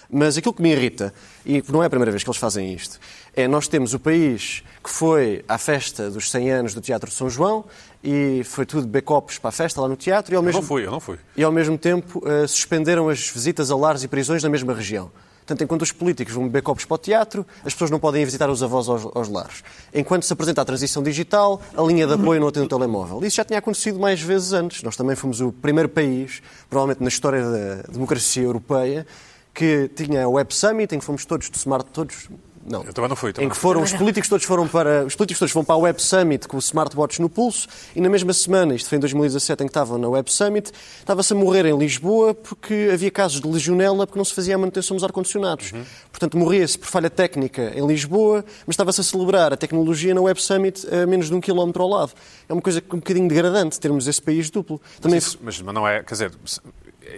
Speaker 4: Mas aquilo que me irrita, e não é a primeira vez que eles fazem isto, é nós temos o país que foi à festa dos 100 anos do Teatro de São João e foi tudo becopos para a festa lá no teatro e ao
Speaker 1: Eu
Speaker 4: mesmo
Speaker 1: não fui, eu não fui.
Speaker 4: e ao mesmo tempo eh, suspenderam as visitas a lares e prisões na mesma região. Portanto, enquanto os políticos vão beber copos para o teatro, as pessoas não podem ir visitar os avós aos, aos lares. Enquanto se apresenta a transição digital, a linha de apoio não atende o telemóvel. Isso já tinha acontecido mais vezes antes. Nós também fomos o primeiro país, provavelmente na história da democracia europeia, que tinha o Web Summit, em que fomos todos de smart, todos... Não.
Speaker 1: Eu também não fui, também
Speaker 4: Em
Speaker 1: não
Speaker 4: que foram, os políticos todos foram para os políticos todos vão para a Web Summit com o smartwatch no pulso e na mesma semana, isto foi em 2017 em que estavam na Web Summit, estava-se a morrer em Lisboa porque havia casos de legionela porque não se fazia a manutenção dos ar-condicionados. Portanto, morria-se por falha técnica em Lisboa, mas estava-se a celebrar a tecnologia na Web Summit a menos de um quilómetro ao lado. É uma coisa que é um bocadinho degradante termos esse país duplo. Também
Speaker 1: Mas, isso- mas não é, quer dizer, se-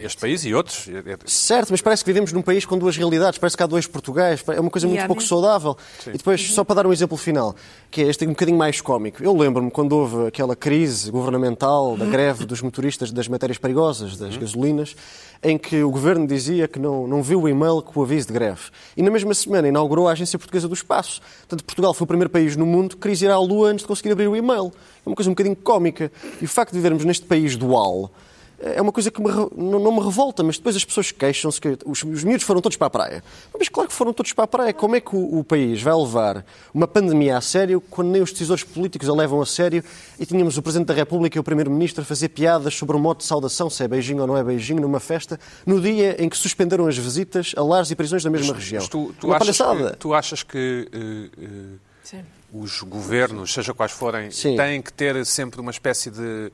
Speaker 1: Este país e outros.
Speaker 4: Certo, mas parece que vivemos num país com duas realidades, parece que há dois Portugais, é uma coisa muito
Speaker 3: Yeah,
Speaker 4: pouco
Speaker 3: mesmo.
Speaker 4: saudável. E depois, só para dar um exemplo final, que é este um bocadinho mais cómico. Eu lembro-me quando houve aquela crise governamental da greve dos motoristas das matérias perigosas, das gasolinas, em que o governo dizia que não, não viu o e-mail com o aviso de greve. E na mesma semana inaugurou a Agência Portuguesa do Espaço. Portanto, Portugal foi o primeiro país no mundo que quis ir à Lua antes de conseguir abrir o e-mail. É uma coisa um bocadinho cómica. E o facto de vivermos neste país dual é uma coisa que me re- não, não me revolta, mas depois as pessoas queixam-se que os, os miúdos foram todos para a praia. Mas claro que foram todos para a praia. Como é que o, o país vai levar uma pandemia a sério quando nem os decisores políticos a levam a sério e tínhamos o Presidente da República e o Primeiro-Ministro a fazer piadas sobre o modo de saudação, se é beijinho ou não é beijinho, numa festa, no dia em que suspenderam as visitas a lares e prisões da mesma região.
Speaker 1: Mas tu, tu
Speaker 4: uma
Speaker 1: achas
Speaker 4: palhaçada.
Speaker 1: que, tu achas que eh, eh,
Speaker 3: Sim.
Speaker 1: os governos, seja quais forem,
Speaker 4: Sim.
Speaker 1: têm que ter sempre uma espécie de.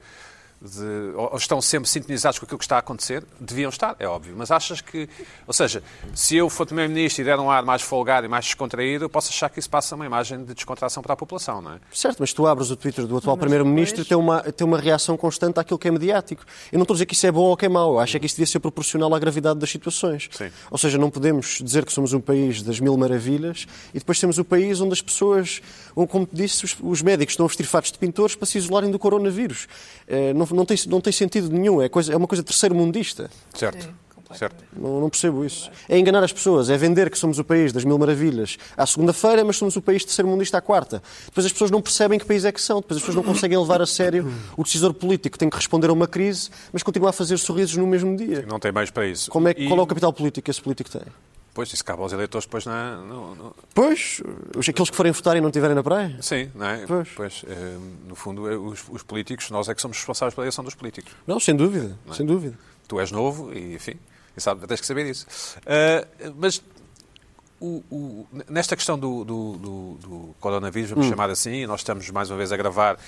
Speaker 1: de- ou ou estão sempre sintonizados com aquilo que está a acontecer? Deviam estar, é óbvio. Mas achas que. Ou seja, se eu for primeiro-ministro e der um ar mais folgado e mais descontraído, eu posso achar que isso passa uma imagem de descontração para a população, não é?
Speaker 4: Certo, mas tu abres o Twitter do atual Primeiro-Ministro e tem uma, tem uma reação constante àquilo que é mediático. Eu não estou a dizer que isso é bom ou que é mau, eu acho é que isso devia ser proporcional à gravidade das situações.
Speaker 1: Sim.
Speaker 4: Ou seja, não podemos dizer que somos um país das mil maravilhas e depois temos o país onde as pessoas, onde, como te disse, os, os médicos estão a vestir fatos de pintores para se isolarem do coronavírus. Eh, não, não, tem, não tem sentido nenhum, é, coisa, é uma coisa terceiro-mundista.
Speaker 1: Certo. certo.
Speaker 4: Não, não percebo isso. É enganar as pessoas, é vender que somos o país das mil maravilhas à segunda-feira, mas somos o país terceiro mundista à quarta. Depois as pessoas não percebem que país é que são, depois as pessoas não conseguem levar a sério o decisor político que tem que responder a uma crise, mas continua a fazer sorrisos no mesmo dia.
Speaker 1: Não tem mais para isso.
Speaker 4: Como é, que-
Speaker 1: E-
Speaker 4: Qual é o capital político que esse político tem?
Speaker 1: Pois, isso cabe aos eleitores depois na, no- no-
Speaker 4: Pois, os- aqueles que forem votar e não estiverem na praia?
Speaker 1: Sim, não é?
Speaker 4: Pois.
Speaker 1: eh, no fundo, eh, os, os políticos, nós é que somos responsáveis pela eleição dos políticos.
Speaker 4: Não, sem dúvida, sem dúvida.
Speaker 1: Tu és novo e, enfim, e sabe, tens que saber isso. Ah, mas o- o- nesta questão do, do- do- do coronavírus,
Speaker 4: Hum.
Speaker 1: vamos chamar assim, nós estamos mais uma vez a gravar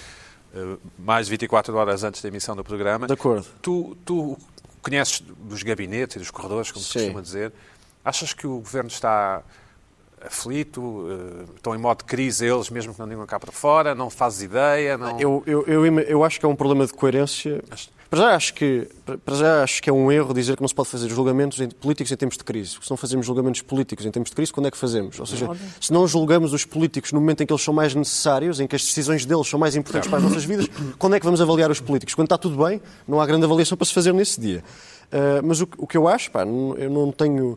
Speaker 1: ah, mais de 24 horas antes da emissão do programa.
Speaker 4: De acordo.
Speaker 1: Tu, tu conheces dos gabinetes e dos corredores, como se
Speaker 4: Sim.
Speaker 1: costuma dizer. Achas que o governo está aflito? eh, estão em modo de crise eles, mesmo que não digam cá para fora? Não fazes ideia? Não...
Speaker 4: Eu, eu, eu, ima- eu acho que é um problema de coerência. Para já, acho que, para- para já acho que é um erro dizer que não se pode fazer julgamentos em- políticos em tempos de crise. Se não fazemos julgamentos políticos em tempos de crise, quando é que fazemos? Ou seja, se não julgamos os políticos no momento em que eles são mais necessários, em que as decisões deles são mais importantes para as nossas vidas, quando é que vamos avaliar os políticos? Quando está tudo bem, não há grande avaliação para se fazer nesse dia. Ah, mas o, que- o que eu acho, pá, não- eu não tenho.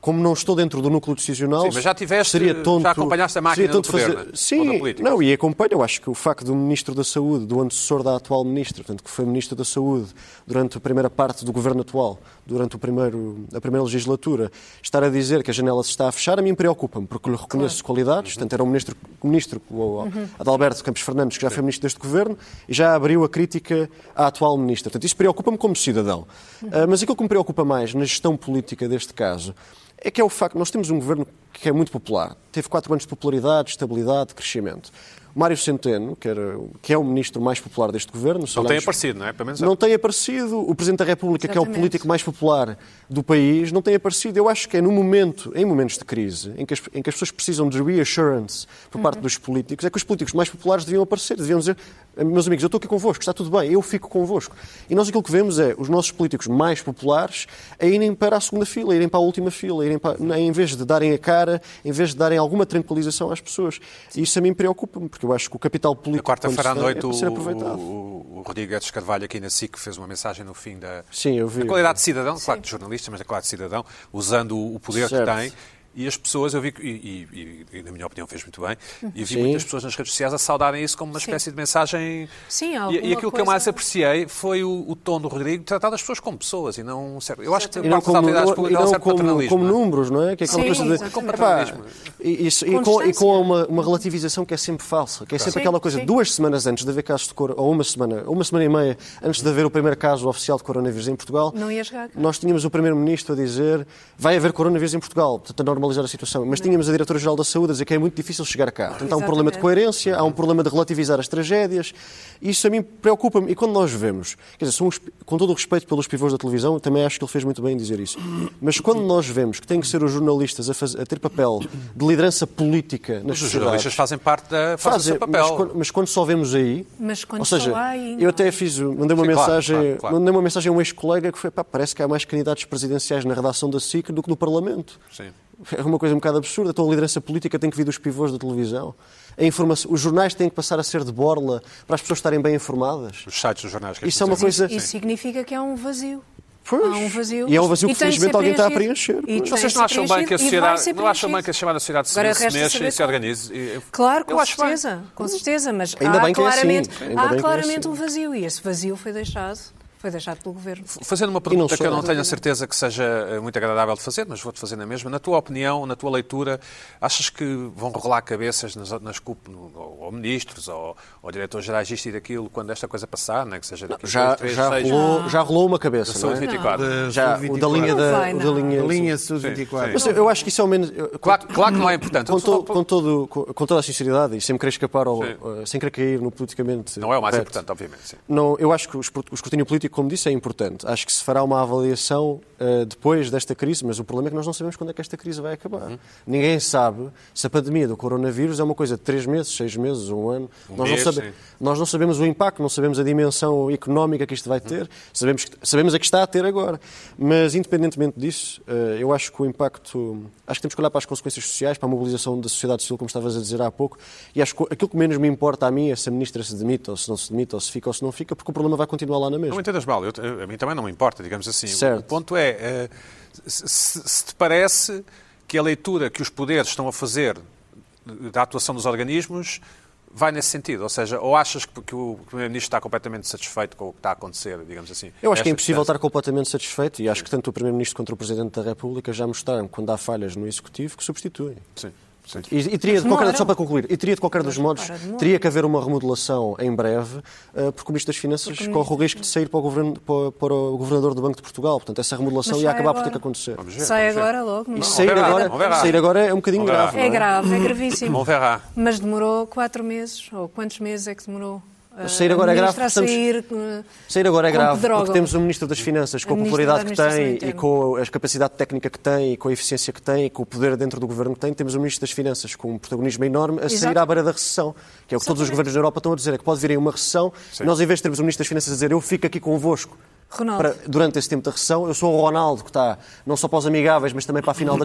Speaker 4: Como não estou dentro do núcleo decisional,
Speaker 1: Sim, mas já tiveste-
Speaker 4: seria tonto,
Speaker 1: já acompanhaste a máquina
Speaker 4: seria tonto
Speaker 1: do poder,
Speaker 4: fazer-
Speaker 1: né? Ou da
Speaker 4: Sim,
Speaker 1: política.
Speaker 4: não, e acompanho. Eu acho que o facto do Ministro da Saúde, do antecessor da atual Ministra, portanto, que foi Ministro da Saúde durante a primeira parte do governo atual, durante o primeiro, a primeira legislatura, estar a dizer que a janela se está a fechar, a mim preocupa-me, porque lhe reconheço qualidades. Portanto, era um Ministro, um ministro o, o Adalberto Campos Fernandes, que já foi Ministro deste governo, e já abriu a crítica à atual Ministra. Portanto, isso preocupa-me como cidadão. Ah, mas aquilo que me preocupa mais na gestão política deste caso é que é o facto, nós temos um governo que é muito popular. Teve quatro anos de popularidade, estabilidade, crescimento. Mário Centeno, que, era, que é o ministro mais popular deste governo... se
Speaker 1: Não tem
Speaker 4: olharmos-
Speaker 1: aparecido, não é? Pelo menos
Speaker 4: Não tem aparecido. O Presidente da República, que é o
Speaker 3: Exatamente.
Speaker 4: político mais popular do país, não tem aparecido. Eu acho que é no momento, em momentos de crise, em que as, em que as pessoas precisam de reassurance por parte dos políticos, é que os políticos mais populares deviam aparecer, deviam dizer, meus amigos, eu estou aqui convosco, está tudo bem, eu fico convosco. E nós aquilo que vemos é os nossos políticos mais populares a irem para a segunda fila, a irem para a última fila, a irem para- né, em vez de darem a cara, em vez de darem alguma tranquilização às pessoas. E isso a mim preocupa-me, porque eu acho que o capital
Speaker 1: Na
Speaker 4: político
Speaker 1: quarta-feira à
Speaker 4: quando se
Speaker 1: noite,
Speaker 4: tem, é
Speaker 1: o,
Speaker 4: para ser aproveitado.
Speaker 1: o, o Rodrigo Guedes Carvalho, aqui na SIC, fez uma mensagem no fim da,
Speaker 4: Sim, eu vi.
Speaker 1: da qualidade de cidadão, claro de jornalista, mas da qualidade de cidadão, usando o o poder
Speaker 4: Certo.
Speaker 1: que tem. E as pessoas, eu vi, que- e, e- e, e, na minha opinião fez muito bem, e vi
Speaker 4: Sim.
Speaker 1: muitas pessoas nas redes sociais a saudarem isso como uma espécie de mensagem.
Speaker 3: Sim,
Speaker 1: E-
Speaker 3: alguma
Speaker 1: E, aquilo que eu mais
Speaker 3: coisa-
Speaker 1: apreciei foi o, o tom do Rodrigo de tratar as pessoas como pessoas e não. um certo- Eu acho que
Speaker 4: E
Speaker 1: parte
Speaker 4: não
Speaker 1: das
Speaker 4: como,
Speaker 1: autoridades
Speaker 4: e
Speaker 1: públicas há um
Speaker 4: não
Speaker 1: certo
Speaker 4: como,
Speaker 1: paternalismo.
Speaker 4: como
Speaker 1: não é?
Speaker 4: números, não é? Que é aquela
Speaker 3: Sim,
Speaker 4: coisa de,
Speaker 3: exatamente. Com
Speaker 4: Epá,
Speaker 1: paternalismo.
Speaker 4: e, isso- e com, e
Speaker 3: distância.
Speaker 4: com uma, uma relativização que é sempre falsa, que é sempre
Speaker 3: Sim,
Speaker 4: aquela coisa,
Speaker 3: sim.
Speaker 4: duas semanas antes de haver casos de coronavírus, ou uma semana, ou uma semana e meia antes de haver o primeiro caso oficial de coronavírus em Portugal,
Speaker 3: Não ia chegar cá.
Speaker 4: nós tínhamos o primeiro-ministro a dizer vai haver coronavírus em Portugal. Portanto, a normalizar a situação. Mas tínhamos a Diretora-Geral da Saúde a dizer que é muito difícil chegar cá. Portanto, há um problema de
Speaker 3: Exatamente.
Speaker 4: coerência, há um problema de relativizar as tragédias. E isso a mim preocupa-me. E quando nós vemos, quer dizer, somos- com todo o respeito pelos pivôs da televisão, também acho que ele fez muito bem em dizer isso. Mas quando nós vemos que têm que ser os jornalistas a, faz- a ter papel de liderança política nas
Speaker 1: Mas os
Speaker 4: sociedades,
Speaker 1: jornalistas fazem parte da fazem o seu papel.
Speaker 4: mas quando, mas quando só vemos aí.
Speaker 3: Mas quando
Speaker 4: ou seja,
Speaker 3: só há aí,
Speaker 4: eu
Speaker 3: não é?
Speaker 4: até
Speaker 3: há.
Speaker 4: fiz, um, mandei uma
Speaker 1: Sim, claro,
Speaker 4: mensagem,
Speaker 1: claro, claro.
Speaker 4: mandei uma mensagem a um ex-colega que foi, pá, parece que há mais candidatos presidenciais na redação da SIC do que no Parlamento.
Speaker 1: Sim.
Speaker 4: É uma coisa um bocado absurda. Então a liderança política tem que vir dos pivôs da televisão. A informação, os jornais têm que passar a ser de borla para as pessoas estarem bem informadas.
Speaker 1: Os sites dos jornais. quer
Speaker 4: Isso é uma
Speaker 1: dizer,
Speaker 4: coisa-
Speaker 1: sim.
Speaker 3: Isso significa que há um vazio.
Speaker 4: Pois.
Speaker 3: Há um vazio.
Speaker 4: E é um vazio que,
Speaker 3: E tem de
Speaker 4: felizmente,
Speaker 3: ser
Speaker 4: alguém está a
Speaker 3: preenchido.
Speaker 4: preencher.
Speaker 3: E
Speaker 4: Pois.
Speaker 3: tem-
Speaker 1: Vocês não acham
Speaker 3: preenchido
Speaker 1: bem que a
Speaker 3: e vai
Speaker 1: sociedade,
Speaker 3: ser
Speaker 1: não acham
Speaker 3: preenchido.
Speaker 1: bem que a chamada sociedade
Speaker 3: Agora
Speaker 1: civil se
Speaker 3: resta
Speaker 1: mexe
Speaker 3: saber
Speaker 1: e se
Speaker 3: como.
Speaker 1: organize? Eu-
Speaker 3: Claro, com
Speaker 1: eu acho bem.
Speaker 3: certeza, com certeza, mas
Speaker 4: Uhum. Ainda
Speaker 3: há
Speaker 4: bem que é assim,
Speaker 3: claramente,
Speaker 4: ainda bem
Speaker 3: há
Speaker 4: que é
Speaker 3: claramente
Speaker 4: assim.
Speaker 3: um vazio e esse vazio foi deixado, foi deixado pelo governo.
Speaker 1: Fazendo uma pergunta
Speaker 4: só.
Speaker 1: que eu não tenho a certeza que seja eh, muito agradável de fazer, mas vou-te fazer na mesma. Na tua opinião, na tua leitura, achas que vão rolar cabeças nas, nas CUP, no- ou, ou ministros, ou, ou diretores-gerais disto e daquilo, quando esta coisa passar, né? que seja daqui a
Speaker 4: Já,
Speaker 1: dois, três,
Speaker 4: já,
Speaker 1: seis,
Speaker 4: rolou, já rolou uma cabeça. não é?
Speaker 1: saúde 24.
Speaker 4: Já,
Speaker 2: Saúde
Speaker 4: o da linha
Speaker 2: 24.
Speaker 4: da,
Speaker 3: vai,
Speaker 4: o da
Speaker 3: não.
Speaker 4: linha.
Speaker 2: Linha Saúde 24.
Speaker 4: Mas eu- eu acho que isso é o menos. eu-
Speaker 1: Claro, claro que não é importante.
Speaker 4: Com,
Speaker 1: Eu só-
Speaker 4: to- com todo- com- com toda a sinceridade e sem me querer escapar, ao,
Speaker 1: Sim.
Speaker 4: eh, sem querer cair no politicamente.
Speaker 1: Não é o mais
Speaker 4: correto.
Speaker 1: importante, obviamente. Sim.
Speaker 4: Não, eu acho que o espro- o escrutínio político, como disse, é importante. Acho que se fará uma avaliação eh, depois desta crise, mas o problema é que nós não sabemos quando é que esta crise vai acabar.
Speaker 1: Uhum.
Speaker 4: Ninguém sabe se a pandemia do coronavírus é uma coisa de três meses, seis meses, um ano. nós,
Speaker 1: mês,
Speaker 4: não sabe-
Speaker 1: sim.
Speaker 4: nós não sabemos o impacto, não sabemos a dimensão económica que isto vai ter, sabemos, que- sabemos a que está a ter agora. Mas, independentemente disso, eh, eu acho que o impacto. Acho que temos que olhar para as consequências sociais, para a mobilização da sociedade civil, como estavas a dizer há pouco, e acho que aquilo que menos me importa a mim é se a ministra se demite, ou se não se demite, ou se fica ou se não fica, porque o problema vai continuar lá na
Speaker 1: Não
Speaker 4: mesma.
Speaker 1: me entendas mal, eu te- a mim também não me importa, digamos assim. O-
Speaker 4: Certo.
Speaker 1: O ponto é, eh, se, se- se te parece que a leitura que os poderes estão a fazer da atuação dos organismos vai nesse sentido, ou seja, ou achas que, que o Primeiro-Ministro está completamente satisfeito com o que está a acontecer, digamos assim?
Speaker 4: Eu acho que
Speaker 1: Esta
Speaker 4: é impossível
Speaker 1: distância.
Speaker 4: estar completamente satisfeito e acho que tanto o Primeiro-Ministro quanto o Presidente da República já mostraram que quando há falhas no Executivo que substituem.
Speaker 1: Sim, sim.
Speaker 4: E, e teria, de
Speaker 3: Demoram.
Speaker 4: qualquer, só para concluir, e teria de qualquer dos modos,
Speaker 3: para, demoram.
Speaker 4: teria que haver uma remodelação em breve, eh, porque o Ministro das Finanças corre o risco de sair para o, governo, para, para o Governador do Banco de Portugal. Portanto, essa remodelação
Speaker 3: Mas
Speaker 4: ia
Speaker 3: sai
Speaker 4: acabar por ter
Speaker 3: agora.
Speaker 4: que acontecer.
Speaker 1: ver,
Speaker 3: Sai
Speaker 1: vamos ver.
Speaker 3: agora logo. não
Speaker 4: E
Speaker 3: é?
Speaker 4: sair
Speaker 1: verá,
Speaker 4: agora,
Speaker 1: on verá.
Speaker 4: sair agora é um bocadinho
Speaker 1: On verá.
Speaker 4: grave. não
Speaker 3: É grave, é gravíssimo.
Speaker 1: On verá.
Speaker 3: Mas demorou quatro meses, ou quantos meses é que demorou? uh,
Speaker 4: Sair agora
Speaker 3: a
Speaker 4: é grave,
Speaker 3: ministra a
Speaker 4: estamos-
Speaker 3: sair, uh,
Speaker 4: Sair agora é
Speaker 3: com
Speaker 4: grave,
Speaker 3: droga.
Speaker 4: porque temos o Ministro das Finanças com
Speaker 3: A
Speaker 4: a
Speaker 3: Ministra
Speaker 4: popularidade
Speaker 3: da
Speaker 4: que
Speaker 3: Administração
Speaker 4: tem e
Speaker 3: Interna.
Speaker 4: com a capacidade técnica que tem e com a eficiência que tem e com o poder dentro do governo que tem, temos o Ministro das Finanças com um protagonismo enorme a sair
Speaker 3: Exato.
Speaker 4: à beira da recessão, que é o que todos os governos da Europa estão a dizer, é que pode vir aí uma recessão e nós, em vez de termos o Ministro das Finanças a dizer eu fico aqui convosco
Speaker 3: Ronaldo.
Speaker 4: para- durante esse tempo da recessão, eu sou o Ronaldo que está não só para os amigáveis, mas também para a final da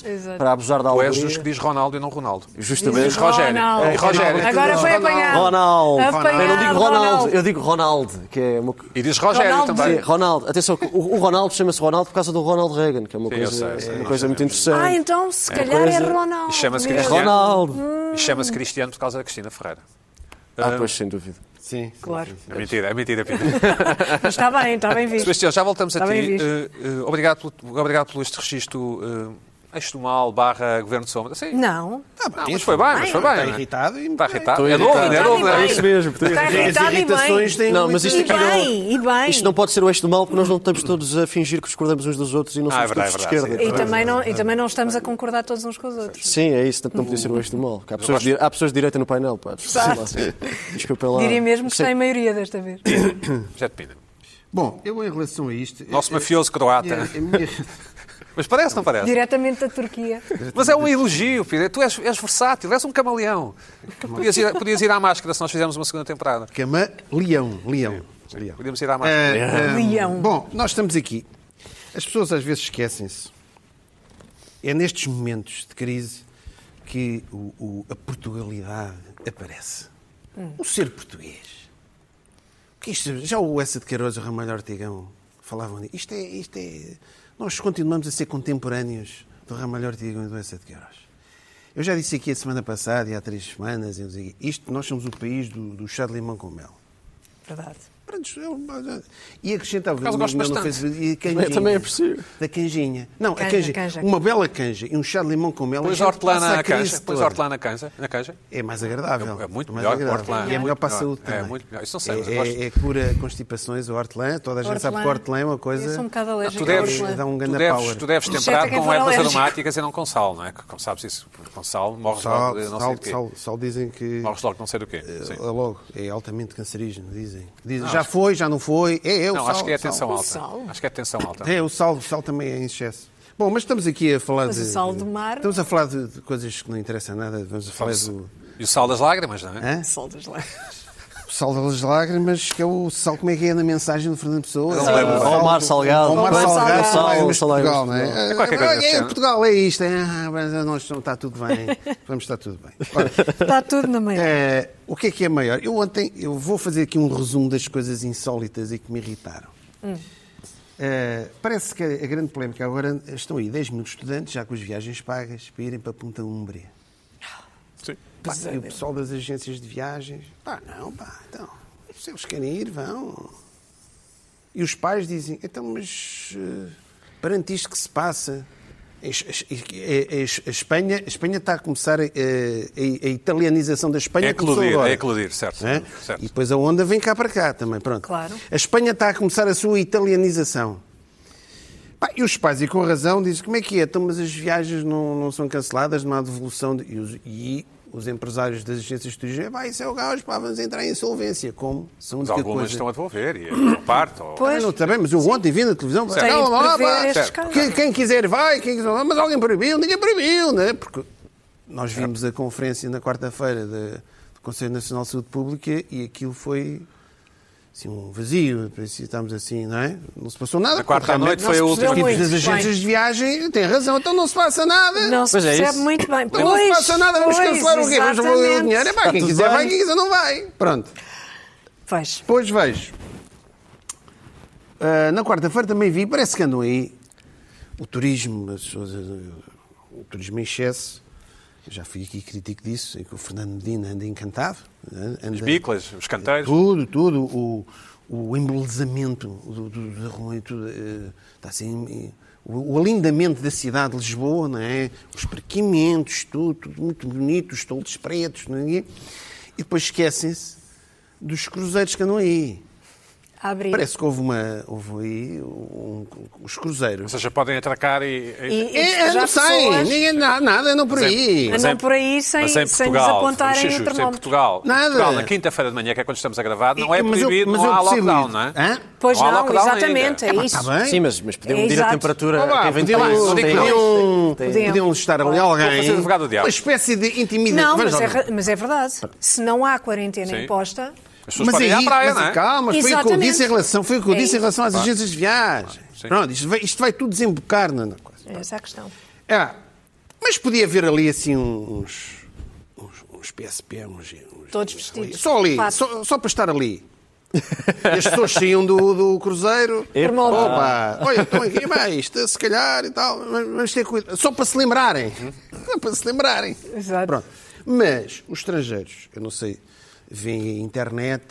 Speaker 3: *laughs* Exato.
Speaker 4: para abusar da
Speaker 1: Ou és
Speaker 4: alegria.
Speaker 1: dos que diz Ronaldo e não Ronaldo?
Speaker 4: Justamente.
Speaker 1: Diz Rogério.
Speaker 3: Ronaldo.
Speaker 1: E Rogério.
Speaker 3: Agora foi apanhado.
Speaker 4: Ronaldo.
Speaker 3: Apanhado,
Speaker 4: Eu não digo Ronaldo,
Speaker 3: Ronaldo.
Speaker 4: eu digo Ronaldo, que é uma... co-
Speaker 1: E diz Rogério
Speaker 3: Ronaldo.
Speaker 1: também.
Speaker 4: Sim, Ronaldo, atenção, que o o Ronaldo chama-se Ronaldo por causa do Ronald Reagan, que é uma
Speaker 1: Sim, eu
Speaker 4: coisa,
Speaker 1: sei, sei,
Speaker 4: é uma
Speaker 1: nós
Speaker 4: coisa muito interessante.
Speaker 3: Ah, então se calhar é,
Speaker 4: coisa-
Speaker 3: Ronaldo.
Speaker 1: E chama-se
Speaker 3: mesmo.
Speaker 4: É
Speaker 1: Cristiano.
Speaker 4: Ronaldo.
Speaker 1: E chama-se Cristiano por causa da Cristina Ferreira.
Speaker 4: Ah, pois, sem dúvida.
Speaker 2: Sim.
Speaker 3: Claro.
Speaker 1: É mentira, é mentira, é mentira.
Speaker 3: Mas está bem, está bem
Speaker 4: É
Speaker 3: visto.
Speaker 1: Sebastião, já voltamos a
Speaker 3: Está bem
Speaker 1: ti.
Speaker 3: visto.
Speaker 1: Eh, eh, obrigado, pelo, obrigado pelo este registro eh, eixo do mal barra governo de sombra. Sim.
Speaker 3: Não.
Speaker 1: Ah, mas foi bem, mas foi bem.
Speaker 2: Está
Speaker 1: não é?
Speaker 2: irritado e
Speaker 1: Está irritado.
Speaker 4: Estou
Speaker 1: É novo,
Speaker 4: irritado.
Speaker 1: ainda é novo, não
Speaker 3: Está
Speaker 1: é
Speaker 3: irritado.
Speaker 1: isso?
Speaker 4: mesmo.
Speaker 3: Está irritado e
Speaker 2: irritações
Speaker 3: Tá bem.
Speaker 2: têm
Speaker 4: Não, mas isto
Speaker 3: E
Speaker 4: aqui não...
Speaker 3: bem, e bem.
Speaker 4: Isto não pode ser o eixo do mal, porque nós não estamos todos a fingir que discordamos uns dos outros e não
Speaker 1: Ah, é
Speaker 4: somos
Speaker 1: verdade,
Speaker 4: todos
Speaker 1: é
Speaker 4: de
Speaker 1: verdade,
Speaker 4: esquerda.
Speaker 3: E também, não, e também não estamos a concordar todos uns com os outros.
Speaker 4: Sim, é isso, portanto não podia ser o eixo do mal. que Há pessoas, de, há pessoas de direita no painel, pá.
Speaker 3: Exato.
Speaker 4: Desculpa lá.
Speaker 3: Diria mesmo que
Speaker 4: Sei-
Speaker 3: está em maioria desta vez.
Speaker 1: José de Pina.
Speaker 2: Bom, eu em relação a isto...
Speaker 1: é Nosso
Speaker 2: eu-
Speaker 1: mafioso croata. *laughs*
Speaker 2: a minha-
Speaker 1: Mas parece, não parece?
Speaker 3: Diretamente da Turquia.
Speaker 1: Mas é um elogio, Pina. Tu és, és versátil, és um camaleão. Podias ir, podias ir à máscara se nós fizermos uma segunda temporada.
Speaker 2: Cama é Leão. Leão. Leão.
Speaker 1: Podíamos ir à máscara.
Speaker 2: Ah, ah,
Speaker 3: Leão.
Speaker 2: Bom, nós estamos aqui. As pessoas às vezes esquecem-se. É nestes momentos de crise que o- o- a Portugalidade aparece. O ser português. Porque isto- já o Essa de Queiroz e o Ramalho Ortigão falavam disso. Isto é, isto é- Nós continuamos a ser contemporâneos do Ramalho Ortigão e do Essa de Queiroz. Eu já disse aqui a semana passada e há três semanas, eu dizia, isto, nós somos o país do, do chá de limão com mel.
Speaker 3: Verdade.
Speaker 2: Pronto, eu- e acrescentava
Speaker 1: acaso,
Speaker 2: um
Speaker 1: gosto
Speaker 2: amigo meu no
Speaker 1: bastante. é
Speaker 2: Facebook, e a canjinha.
Speaker 4: Eu também aprecio.
Speaker 2: Da canjinha. Não, a
Speaker 3: Canja,
Speaker 2: canja.
Speaker 3: canja.
Speaker 2: Uma bela canja e um chá de limão com mel.
Speaker 1: Pões
Speaker 2: a gente passa
Speaker 1: hortelã
Speaker 2: a
Speaker 1: na
Speaker 2: crise
Speaker 1: canja. Pões
Speaker 2: toda.
Speaker 1: hortelã na canja. Na canja.
Speaker 2: É mais agradável.
Speaker 1: É- é muito
Speaker 2: mais
Speaker 1: melhor,
Speaker 2: agradável.
Speaker 1: hortelã.
Speaker 2: E é
Speaker 1: É
Speaker 2: melhor
Speaker 1: muito
Speaker 2: para a
Speaker 1: melhor.
Speaker 2: saúde também.
Speaker 1: É muito melhor. Isso não sei, mas eu
Speaker 2: É,
Speaker 1: gosto.
Speaker 2: é cura constipações, o hortelã. Toda a gente sabe que o hortelã é uma
Speaker 3: Eu
Speaker 2: coisa...
Speaker 3: sou um bocado alérgica
Speaker 1: Tu
Speaker 3: a
Speaker 1: deves,
Speaker 2: Dá
Speaker 3: hortelã.
Speaker 2: um
Speaker 1: tu
Speaker 2: ganda
Speaker 1: deves,
Speaker 2: power.
Speaker 1: tu deves
Speaker 3: Exceto
Speaker 1: temperar
Speaker 3: quem
Speaker 1: com
Speaker 3: for
Speaker 1: ervas
Speaker 3: alérgico.
Speaker 1: aromáticas e não com sal, não é? Como sabes isso, com sal morres
Speaker 2: Sal,
Speaker 1: logo, de não sei
Speaker 2: sal,
Speaker 1: do quê.
Speaker 2: sal, sal dizem que...
Speaker 1: Morres logo de não sei do quê. Sim.
Speaker 2: É logo, é altamente cancerígeno, dizem. dizem já foi, já não foi. É, é o
Speaker 1: Não,
Speaker 2: sal.
Speaker 1: acho que é
Speaker 2: o sal.
Speaker 1: tensão
Speaker 3: O
Speaker 1: alta.
Speaker 3: sal.
Speaker 1: Acho que é tensão alta.
Speaker 4: Tá.
Speaker 2: É, o sal, o sal também é em excesso. Bom, mas estamos aqui a falar
Speaker 3: Mas
Speaker 2: de.
Speaker 3: o sal do mar-
Speaker 2: Estamos a falar de, de coisas que não interessam nada. Vamos a falar do
Speaker 1: E o sal das lágrimas, não é?
Speaker 2: Hã?
Speaker 3: *laughs* Sol das lajes.
Speaker 2: o sal das lágrimas, que é o sal, como é que é na mensagem do Fernando Pessoa?
Speaker 1: Não lembro.
Speaker 2: O
Speaker 4: Ao é mar
Speaker 2: do-
Speaker 4: salgado. é
Speaker 2: Ao mar
Speaker 3: Ao mar
Speaker 2: salgado,
Speaker 3: salgado.
Speaker 2: lágrimas de
Speaker 4: Sal, lágrimas
Speaker 2: Portugal,
Speaker 4: assim. de
Speaker 2: não é?
Speaker 1: É qualquer coisa
Speaker 2: Ah,
Speaker 1: desse
Speaker 2: é,
Speaker 1: género.
Speaker 2: Portugal é isto. é, Ah, mas a nós não está tudo bem.
Speaker 4: *laughs*
Speaker 2: Vamos estar tudo bem. Ora,
Speaker 3: Está tudo na manhã.
Speaker 2: eh, o que é que é maior? Eu ontem, eu vou fazer aqui um resumo das coisas insólitas e que me irritaram. Uh, parece que a grande polémica agora estão aí 10 mil estudantes, já com as viagens pagas, para irem para Punta Umbria.
Speaker 1: Sim.
Speaker 2: Pá, e o pessoal das agências de viagens, pá, não, pá, então, se eles querem ir, vão. E os pais dizem, então, mas eh, perante isto que se passa, a Es- a- a- a é, Espanha, a Espanha está a começar a, a- a- a italianização da Espanha.
Speaker 1: É
Speaker 2: começou
Speaker 1: eclodir,
Speaker 2: agora.
Speaker 1: é eclodir, certo.
Speaker 2: Né?
Speaker 1: certo.
Speaker 2: E depois a onda vem cá para cá também, pronto.
Speaker 3: Claro.
Speaker 2: A Espanha está a começar a sua italianização. Pá, e os pais, e com razão, dizem, como é que é? Então, mas as viagens não, não são canceladas, não há devolução. de- E, os, e os empresários das agências de turismo, pá, isso é o gás, pá, vamos entrar em insolvência. Como? São
Speaker 1: Mas
Speaker 2: única
Speaker 1: algumas
Speaker 2: coisa.
Speaker 1: estão a devolver e não parte. Ou...
Speaker 3: Pois.
Speaker 2: Ah, não, também, mas eu ontem vi na televisão, pá,
Speaker 3: Tem
Speaker 2: calma
Speaker 3: de
Speaker 2: lá,
Speaker 3: prever
Speaker 2: pá,
Speaker 3: estes
Speaker 1: certo.
Speaker 3: casos.
Speaker 2: quem, quem quiser vai, quem quiser vai, mas alguém proibiu, ninguém proibiu, né? Porque
Speaker 1: É.
Speaker 2: nós vimos a conferência na quarta-feira da- do Conselho Nacional de Saúde Pública e aquilo foi assim, um vazio, parecia que estávamos assim, não é? Não se passou nada.
Speaker 1: Na quarta à
Speaker 2: porque
Speaker 1: noite
Speaker 2: realmente
Speaker 1: foi a
Speaker 2: não se
Speaker 1: última.
Speaker 2: percebeu
Speaker 3: Muito
Speaker 2: muito. As agências de viagem têm razão, então não se passa nada.
Speaker 3: Não se
Speaker 4: Pois é
Speaker 3: percebe
Speaker 4: isso.
Speaker 3: muito bem.
Speaker 2: Então
Speaker 3: Pois,
Speaker 2: não se passa nada, vamos
Speaker 3: pois,
Speaker 2: cancelar o quê? Vamos devolver o
Speaker 3: exatamente.
Speaker 2: dinheiro? É pá,
Speaker 4: Está
Speaker 2: quem
Speaker 4: tudo
Speaker 2: quiser vai,
Speaker 4: bem.
Speaker 2: quem quiser não vai. Pronto.
Speaker 3: Pois.
Speaker 2: Pois vejo. Ah, na quarta-feira também vi, parece que andam aí o turismo, as pessoas, ah, o turismo em excesso. Eu já fui aqui crítico disso, é que o Fernando Medina anda encantado. ah, Anda,
Speaker 1: As biclas, os canteiros.
Speaker 2: tudo, tudo. O, o embelezamento do, do, da rua e tudo. eh, Está assim. eh, O, o alindamento da cidade de Lisboa, não é? Os parqueamentos, tudo, tudo muito bonito, os toldos pretos, não é? E depois esquecem-se dos cruzeiros que andam aí.
Speaker 3: A abrir.
Speaker 2: Parece que houve uma. Houve aí um- os cruzeiros.
Speaker 1: Ou seja, podem atracar e.
Speaker 3: E-
Speaker 2: É, não
Speaker 3: já
Speaker 2: sei,
Speaker 3: pessoas-
Speaker 2: ninguém dá nada, não por
Speaker 1: Mas é-
Speaker 2: aí.
Speaker 1: mas
Speaker 3: Andam
Speaker 1: é-
Speaker 3: por aí sem-
Speaker 1: mas é em
Speaker 3: sem nos
Speaker 1: Portugal,
Speaker 3: apontarem
Speaker 1: vamos
Speaker 3: o
Speaker 1: ser justos, é em
Speaker 3: termómetro.
Speaker 1: Portugal.
Speaker 2: Nada.
Speaker 1: Portugal, na quinta-feira de manhã, que é quando estamos a gravar, não é
Speaker 2: Mas eu-
Speaker 1: proibido,
Speaker 2: mas
Speaker 1: não
Speaker 2: eu
Speaker 1: há
Speaker 2: percebo
Speaker 1: lockdown,
Speaker 2: isso.
Speaker 1: não é?
Speaker 2: Hã?
Speaker 3: Pois
Speaker 1: não, há
Speaker 3: não,
Speaker 1: lockdown ainda.
Speaker 3: exatamente, é isso.
Speaker 2: Está bem?
Speaker 4: Sim, mas, mas podiam medir
Speaker 3: É
Speaker 4: a
Speaker 3: Exato.
Speaker 4: temperatura.
Speaker 2: Olá,
Speaker 4: quem vem de
Speaker 2: podiam,
Speaker 4: países
Speaker 1: não
Speaker 4: onde
Speaker 1: digo
Speaker 4: tem-
Speaker 2: podiam-
Speaker 4: tem-
Speaker 3: Podiam.
Speaker 2: podiam estar ali alguém.
Speaker 1: fazer advogado do diabo.
Speaker 2: Uma espécie de intimidação.
Speaker 3: Não, mas é, ra- mas é verdade. Se não há quarentena
Speaker 1: Sim.
Speaker 3: imposta,
Speaker 1: As pessoas podem ir à praia, não é?
Speaker 2: calma, foi o que eu
Speaker 3: Exatamente.
Speaker 2: disse em relação, foi o que eu
Speaker 3: É
Speaker 2: disse em
Speaker 3: isso.
Speaker 2: relação às agências de viagem.
Speaker 1: Sim.
Speaker 2: Pronto, isto vai, isto vai tudo desembocar na na coisa.
Speaker 3: essa é a questão.
Speaker 2: Ah, mas podia haver ali assim uns, uns, uns PSP, uns, uns-
Speaker 3: Todos
Speaker 2: uns
Speaker 3: vestidos.
Speaker 2: ali. Só ali,
Speaker 3: Fato.
Speaker 2: só, só para estar ali. E as pessoas saíam do, do cruzeiro.
Speaker 3: Termómetro.
Speaker 2: Opa, olha, estão aqui, vai, isto se calhar e tal, mas vamos ter cuidado. Só para se lembrarem. Só para se lembrarem.
Speaker 3: Exato.
Speaker 2: Pronto. Mas os estrangeiros, eu não sei, veem a internet,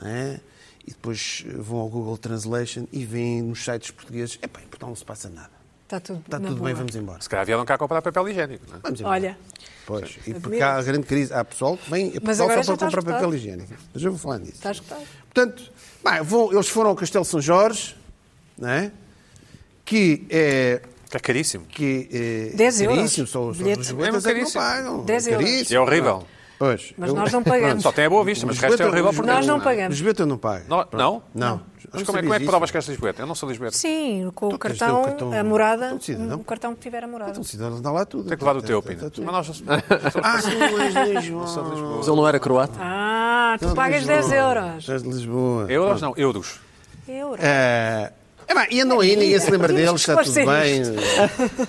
Speaker 2: não é? E depois vão ao Google Translation e veem nos sites portugueses. Epá, em Portugal não se passa nada.
Speaker 3: Está Tá tudo,
Speaker 2: Está
Speaker 3: na
Speaker 2: Tá tudo
Speaker 3: boa.
Speaker 2: bem, vamos embora.
Speaker 1: Se calhar vieram cá comprar papel higiênico. Não é?
Speaker 2: Vamos embora.
Speaker 3: Olha,
Speaker 2: Pois, e porque há a grande crise. Há pessoal que vem a
Speaker 3: Mas
Speaker 2: Portugal
Speaker 3: agora
Speaker 2: só
Speaker 3: já
Speaker 2: para
Speaker 3: está
Speaker 2: comprar papel
Speaker 3: esgotado.
Speaker 2: higiênico. Mas eu vou falar nisso.
Speaker 3: está escutado.
Speaker 2: Portanto, bem, vão- eles foram ao Castelo São Jorge, não é? que é.
Speaker 1: Que é caríssimo.
Speaker 2: Que é
Speaker 3: 10 euros.
Speaker 2: caríssimo, só os
Speaker 3: Bilhete.
Speaker 2: lisboetas é
Speaker 1: É
Speaker 2: que não
Speaker 1: caríssimo.
Speaker 2: pagam.
Speaker 3: 10
Speaker 2: é
Speaker 3: euros.
Speaker 2: caríssimo.
Speaker 1: E é horrível.
Speaker 2: Pois,
Speaker 3: Mas
Speaker 2: eu- *laughs*
Speaker 3: nós não pagamos.
Speaker 1: Só tem a boa vista, mas o resto é
Speaker 2: Lisboeta-
Speaker 1: horrível porque
Speaker 3: Nós não pagamos.
Speaker 2: Lisboeta não paga.
Speaker 1: Não- não?
Speaker 2: Não.
Speaker 1: Mas como é, como é que provas que és Lisboeta? Eu não sou Lisboeta.
Speaker 3: Sim, com o
Speaker 2: tens de ter
Speaker 3: cartão,
Speaker 2: Então, o cartão-
Speaker 3: a morada,
Speaker 2: Então, cidadão.
Speaker 3: o cartão que tiver a morada.
Speaker 2: Então, cidadão, dá lá tudo.
Speaker 1: Tem que levar o teu, Pina. Mas nós não somos
Speaker 2: Ah, tu és de Lisboa.
Speaker 4: Mas ele não era croata.
Speaker 3: Ah,
Speaker 2: então,
Speaker 3: tu pagas 10 euros.
Speaker 2: Tu és de Lisboa.
Speaker 1: euros, não, euros.
Speaker 3: Euros.
Speaker 2: É, é bem, e andam aí, ninguém se lembra
Speaker 3: Tínhamos
Speaker 2: deles,
Speaker 3: que
Speaker 2: está tudo bem.
Speaker 3: esclarecer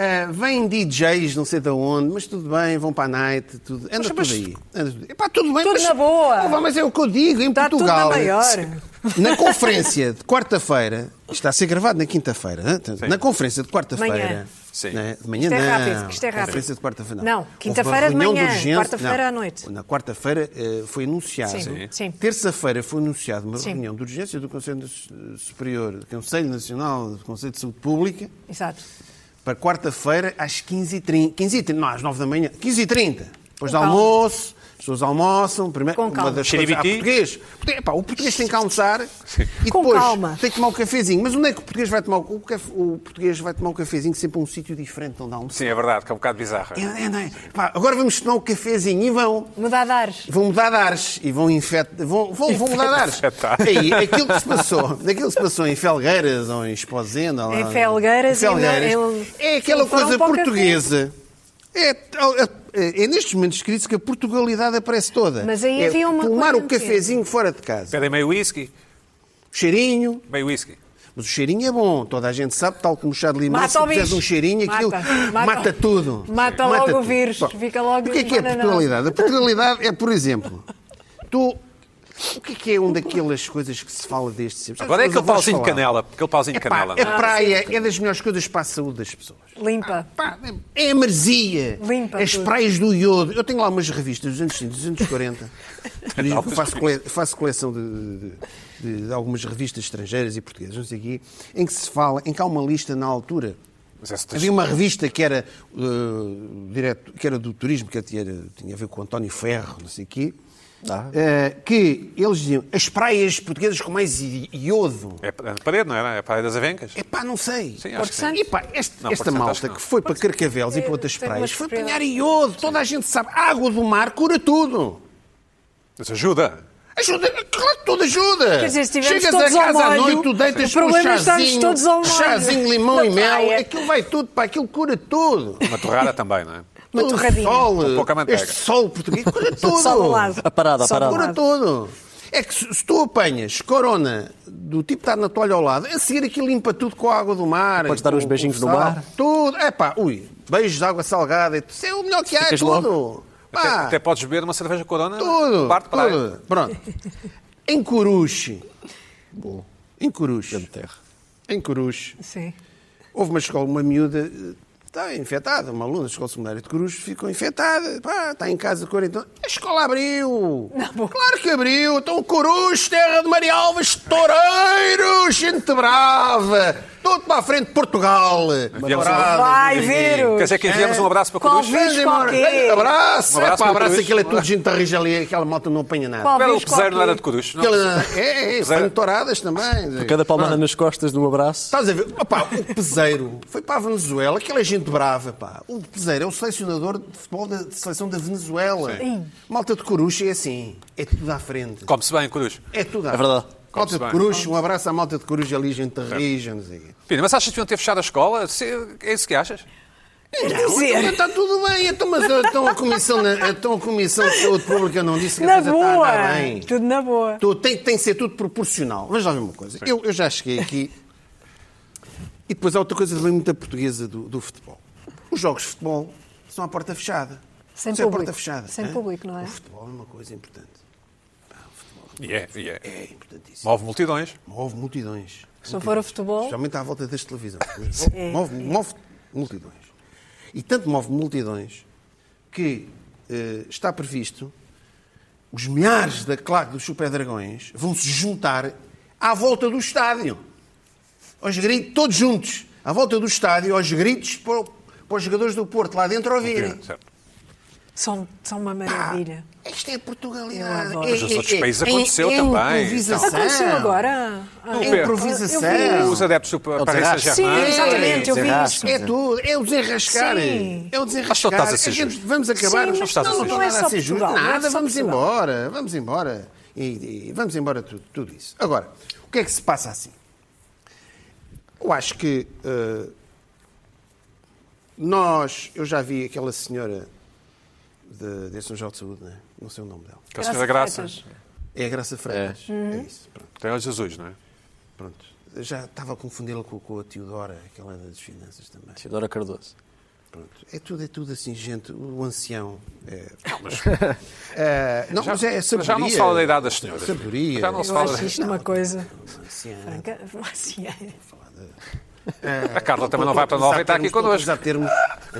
Speaker 2: É, vêm DJs, não sei de onde, mas tudo bem, vão para a night, tudo. Anda tudo aí. Anda tudo. Epá, tudo bem,
Speaker 3: Tudo
Speaker 2: mas,
Speaker 3: na boa.
Speaker 2: Oh, vá, mas é o que eu digo, em
Speaker 3: Está tudo na
Speaker 2: Portugal. é
Speaker 3: maior.
Speaker 2: na conferência de quarta-feira, isto está a ser gravado na quinta-feira, né? na conferência de quarta-feira,
Speaker 3: Manhã.
Speaker 1: Sim.
Speaker 2: né? De manhã
Speaker 3: Isto é
Speaker 2: não.
Speaker 3: rápido, isto é rápido.
Speaker 2: Conferência de quarta-feira
Speaker 3: Não,
Speaker 2: Houve uma
Speaker 3: quinta-feira de
Speaker 2: reunião
Speaker 3: manhã,
Speaker 2: urgência-
Speaker 3: quarta-feira
Speaker 2: não,
Speaker 3: à noite.
Speaker 2: Na quarta-feira eh, foi anunciado.
Speaker 3: Sim, sim.
Speaker 2: Terça-feira foi anunciada uma
Speaker 3: Sim.
Speaker 2: reunião de urgência do Conselho Nas- Superior, do Conselho Nacional, do Conselho de Saúde Pública,
Speaker 3: Exato.
Speaker 2: para quarta-feira às 15h30. 15h30, não, às 9 da manhã. 15h30. Depois
Speaker 3: Com
Speaker 2: de
Speaker 3: calma.
Speaker 2: almoço, as pessoas almoçam. Primeiro,
Speaker 3: Com
Speaker 2: Uma
Speaker 3: calma.
Speaker 2: das coisas, há
Speaker 1: Xeribiti.
Speaker 2: português. Portu- epá, o português tem que almoçar e
Speaker 3: Com
Speaker 2: depois
Speaker 3: calma.
Speaker 2: tem que tomar o cafezinho. Mas onde é que o português vai tomar o, o caf- o português vai tomar o cafezinho sempre a um sítio diferente onde almoçar?
Speaker 1: Sim, é verdade, que é um bocado bizarro.
Speaker 2: É, é, não é? Pá, agora vamos tomar o cafezinho e vão.
Speaker 3: Mudar de ares.
Speaker 2: Vão mudar de ares e vão infectar. Vão, vão, vão mudar de ares.
Speaker 1: Infectar.
Speaker 2: Aí, aquilo que se passou, aquilo que se passou em Felgueiras ou em Esposenda. ou
Speaker 3: Em
Speaker 2: lá-
Speaker 3: Felgueiras
Speaker 2: em Felgueiras,
Speaker 3: e não- eu-
Speaker 2: é aquela
Speaker 3: foram
Speaker 2: coisa
Speaker 3: para o café.
Speaker 2: portuguesa. É, é- é nestes momentos escritos que a Portugalidade aparece toda.
Speaker 3: Mas aí
Speaker 2: É
Speaker 3: havia uma
Speaker 2: Tomar
Speaker 3: coisa
Speaker 2: o cafezinho fora de casa.
Speaker 1: Pedem meio whisky,
Speaker 2: Cheirinho.
Speaker 1: meio whisky.
Speaker 2: Mas o cheirinho é bom, toda a gente sabe, tal como o chá de limão,
Speaker 3: Mata
Speaker 2: se
Speaker 3: o
Speaker 2: fizeres
Speaker 3: bicho.
Speaker 2: um cheirinho, aquilo
Speaker 3: Mata.
Speaker 2: mata,
Speaker 3: Mata.
Speaker 2: tudo.
Speaker 3: Mata logo o vírus, fica logo
Speaker 2: O que é que é a
Speaker 3: banana.
Speaker 2: Portugalidade? A Portugalidade é, por exemplo, tu. O que é que é uma daquelas coisas que se fala destes tempos?
Speaker 1: Agora é
Speaker 2: As
Speaker 1: aquele
Speaker 2: pessoas
Speaker 1: pauzinho de
Speaker 2: falavam.
Speaker 1: canela, aquele pauzinho de
Speaker 2: Epá,
Speaker 1: canela. não é?
Speaker 2: a
Speaker 3: Ah,
Speaker 2: praia é das melhores coisas para a saúde das pessoas.
Speaker 3: Limpa.
Speaker 2: Pá, é a marzia.
Speaker 3: Limpa
Speaker 2: As
Speaker 3: tudo.
Speaker 2: praias do iodo. Eu tenho lá umas revistas dos anos 30, dos anos 40. Eu faço, cole- faço coleção de, de- de algumas revistas estrangeiras e portuguesas, não sei o quê, em que se fala, em que há uma lista na altura.
Speaker 1: Mas esse-
Speaker 2: Havia uma revista que era, eh, direto, que era do turismo, que tinha, tinha a ver com António Ferro, não sei o quê, eh, que eles diziam as praias portuguesas com mais i- iodo.
Speaker 1: É pa- é de parede, não era? É a parede das avencas?
Speaker 2: É pá, não sei.
Speaker 1: Sim, acho que sim.
Speaker 2: E pá, este-
Speaker 1: Não, Porto
Speaker 2: esta
Speaker 1: Santo, acho
Speaker 2: malta
Speaker 1: que
Speaker 2: que,
Speaker 1: não.
Speaker 2: foi para Carcavelos e para outras
Speaker 3: tem
Speaker 2: praias
Speaker 3: umas
Speaker 2: foi
Speaker 3: propriedades.
Speaker 2: apanhar iodo. Toda a gente sabe. A água do mar cura tudo.
Speaker 1: Mas ajuda.
Speaker 2: Ajuda, claro que tudo ajuda.
Speaker 3: Quer dizer, se estivermos
Speaker 2: Chegas
Speaker 3: todos
Speaker 2: a
Speaker 3: ao
Speaker 2: casa à
Speaker 3: molho,
Speaker 2: noite, tu
Speaker 3: o
Speaker 2: deitas com um
Speaker 3: problema é estarmos
Speaker 2: chazinho,
Speaker 3: todos ao molho.
Speaker 2: chazinho, limão
Speaker 3: Na
Speaker 2: e mel.
Speaker 3: praia.
Speaker 2: Aquilo vai tudo, pá, aquilo cura tudo.
Speaker 1: Uma torrada também, não é?
Speaker 3: Uma
Speaker 2: Todo
Speaker 3: torradinha.
Speaker 2: Sol,
Speaker 1: Com pouca Um manteiga.
Speaker 2: este sol português cura tudo.
Speaker 3: *laughs* Só de um lado.
Speaker 4: A parada, a
Speaker 3: Só de um
Speaker 4: parada.
Speaker 2: Cura
Speaker 3: lado.
Speaker 2: tudo. É que se se tu apanhas corona do tipo que está na toalha ao lado, a seguir aquilo limpa tudo com a água do mar.
Speaker 4: Podes dar
Speaker 2: com-
Speaker 4: uns beijinhos
Speaker 2: com
Speaker 4: no
Speaker 2: sal,
Speaker 4: mar.
Speaker 2: Tudo. É pá, ui, beijos de água salgada. Isso é o melhor que há, é
Speaker 4: Ficas
Speaker 2: tudo.
Speaker 1: Até,
Speaker 2: Pá,
Speaker 1: até podes beber uma cerveja corona.
Speaker 2: tudo.
Speaker 1: Parte para aí.
Speaker 2: tudo. Pronto. Em Coruche. Bom. Em Coruche.
Speaker 4: Terra.
Speaker 2: Em Coruche.
Speaker 3: Sim.
Speaker 2: Houve uma escola, uma miúda, eh, está infectada, uma aluna da escola secundária de Cruz ficou infectada, pá, está em casa 40 anos. A escola abriu! claro que abriu! Então, Cruz, terra de Maria Alves, toureiros, gente brava! Todo para a frente de Portugal!
Speaker 1: Enviamos um-
Speaker 2: Touradas,
Speaker 3: Vai,
Speaker 2: não sei o quê.
Speaker 3: vírus!
Speaker 1: Quer dizer que enviamos
Speaker 2: É.
Speaker 1: um abraço para
Speaker 3: Qual é.
Speaker 1: Coruja.
Speaker 3: vírus?
Speaker 2: Vem, amor,
Speaker 3: qualquer.
Speaker 2: vem, Abraço!
Speaker 1: Um
Speaker 2: É,
Speaker 1: abraço
Speaker 2: pá,
Speaker 1: para
Speaker 2: abraço
Speaker 1: Cruz.
Speaker 2: aquilo é tudo gente da rija ali, aquela malta não apanha nada.
Speaker 3: Qual
Speaker 1: Bela, o
Speaker 3: vírus
Speaker 1: Peseiro não era de
Speaker 3: qualquer.
Speaker 1: Coruja. não?
Speaker 2: Aquela- é, é,
Speaker 1: Zero.
Speaker 2: foi touradas também.
Speaker 4: Cada palmada
Speaker 2: Pronto.
Speaker 4: nas costas de um abraço.
Speaker 2: Estás a ver? Opá, o Peseiro foi para a Venezuela, aquela gente brava, pá. O Peseiro é o selecionador de futebol da de seleção da Venezuela. Malta de Coruche é assim, é tudo à frente.
Speaker 1: Come-se bem, Coruja.
Speaker 2: É tudo à
Speaker 4: É verdade.
Speaker 2: frente.
Speaker 1: Come-se
Speaker 2: Malta de
Speaker 1: bem.
Speaker 2: Coruche, um abraço à malta de Coruche ali, gente rija, não sei o quê.
Speaker 1: Pina, mas achas que deviam ter fechado a escola? Se- É isso que achas?
Speaker 2: Não,
Speaker 3: dizer.
Speaker 2: então está tudo bem, então, mas então a Comissão, na- então a comissão de Saúde Pública não disse que a
Speaker 3: Na
Speaker 2: coisa está a
Speaker 3: boa!
Speaker 2: andar bem.
Speaker 3: Tudo na boa.
Speaker 2: Tu- tem, tem que ser tudo proporcional. Vamos lá ver uma coisa. Eu, eu já cheguei aqui. E depois há outra coisa também muito portuguesa do, do futebol. Os jogos de futebol são à porta fechada.
Speaker 3: Sem
Speaker 2: são à
Speaker 3: público.
Speaker 2: porta fechada.
Speaker 3: Sem
Speaker 2: hã?
Speaker 3: público, não é?
Speaker 2: O futebol é uma coisa importante.
Speaker 1: E é, e é.
Speaker 2: É importantíssimo.
Speaker 1: Move multidões.
Speaker 2: Move multidões.
Speaker 3: Se não for o futebol,
Speaker 2: Especialmente à volta das
Speaker 3: *laughs*
Speaker 2: televisões. Move, move multidões. E tanto move multidões que eh, está previsto os milhares da claque dos Superdragões vão se juntar à volta do estádio. Aos gritos, todos juntos, à volta do estádio, aos gritos para, o- para os jogadores do Porto lá dentro ouvirem.
Speaker 1: Certo.
Speaker 3: são, são uma maravilha.
Speaker 2: Isto é
Speaker 3: Eu
Speaker 2: Portugalidade.
Speaker 3: adoro.
Speaker 2: É-
Speaker 1: Mas nos
Speaker 2: é-
Speaker 1: outros
Speaker 2: é-
Speaker 1: países
Speaker 2: é-
Speaker 1: aconteceu
Speaker 2: é
Speaker 1: também.
Speaker 2: improvisação.
Speaker 3: Aconteceu agora.
Speaker 2: É
Speaker 1: Pedro,
Speaker 2: improvisação.
Speaker 3: eu vi
Speaker 1: Os adeptos do Paris
Speaker 4: desarraste.
Speaker 3: Sim,
Speaker 1: Saint-Germain.
Speaker 3: exatamente, eu vi
Speaker 4: Desenrasca.
Speaker 3: isso.
Speaker 2: Ah, É tudo, é o desenrascar. É
Speaker 3: Sim.
Speaker 2: o
Speaker 1: Acho que não
Speaker 2: desenrascar.
Speaker 1: estás a
Speaker 2: A
Speaker 1: ser
Speaker 2: gente,
Speaker 1: justo.
Speaker 2: vamos acabar,
Speaker 3: Sim,
Speaker 2: mas
Speaker 1: mas não,
Speaker 2: não,
Speaker 1: não
Speaker 2: é
Speaker 3: é
Speaker 2: nada a
Speaker 3: só
Speaker 2: ser justo.
Speaker 3: Portugal, não é
Speaker 2: Nada,
Speaker 3: só
Speaker 2: vamos
Speaker 3: Portugal.
Speaker 2: embora, vamos embora. E, e vamos embora tudo, tudo isso. Agora, o que é que se passa assim? Eu acho que eh, nós, eu já vi aquela senhora de, de São João de Saúde, não, é? não sei o nome dela.
Speaker 1: Que a senhora Graça.
Speaker 3: Graças.
Speaker 2: É a Graça Freitas. É, isso, pronto.
Speaker 1: Tem o Jesus, não é?
Speaker 2: pronto. Já estava a confundi-la com, com a Teodora, aquela das finanças também.
Speaker 4: Teodora Cardoso.
Speaker 2: Pronto. É tudo, é tudo assim, gente. O ancião. É... Não, mas... *laughs* é, não, mas é sabedoria.
Speaker 1: já não se fala da idade das senhoras.
Speaker 2: Sabedoria.
Speaker 1: Já não se
Speaker 3: Eu
Speaker 1: fala
Speaker 3: acho
Speaker 1: da-
Speaker 3: isto uma coisa.
Speaker 2: Anciã.
Speaker 3: Franca, assim, é.
Speaker 1: A Carla também
Speaker 2: Estou
Speaker 1: não vai para
Speaker 2: a utilizar
Speaker 1: Nova e está aqui
Speaker 2: termos-
Speaker 1: connosco.
Speaker 2: Estou a utilizar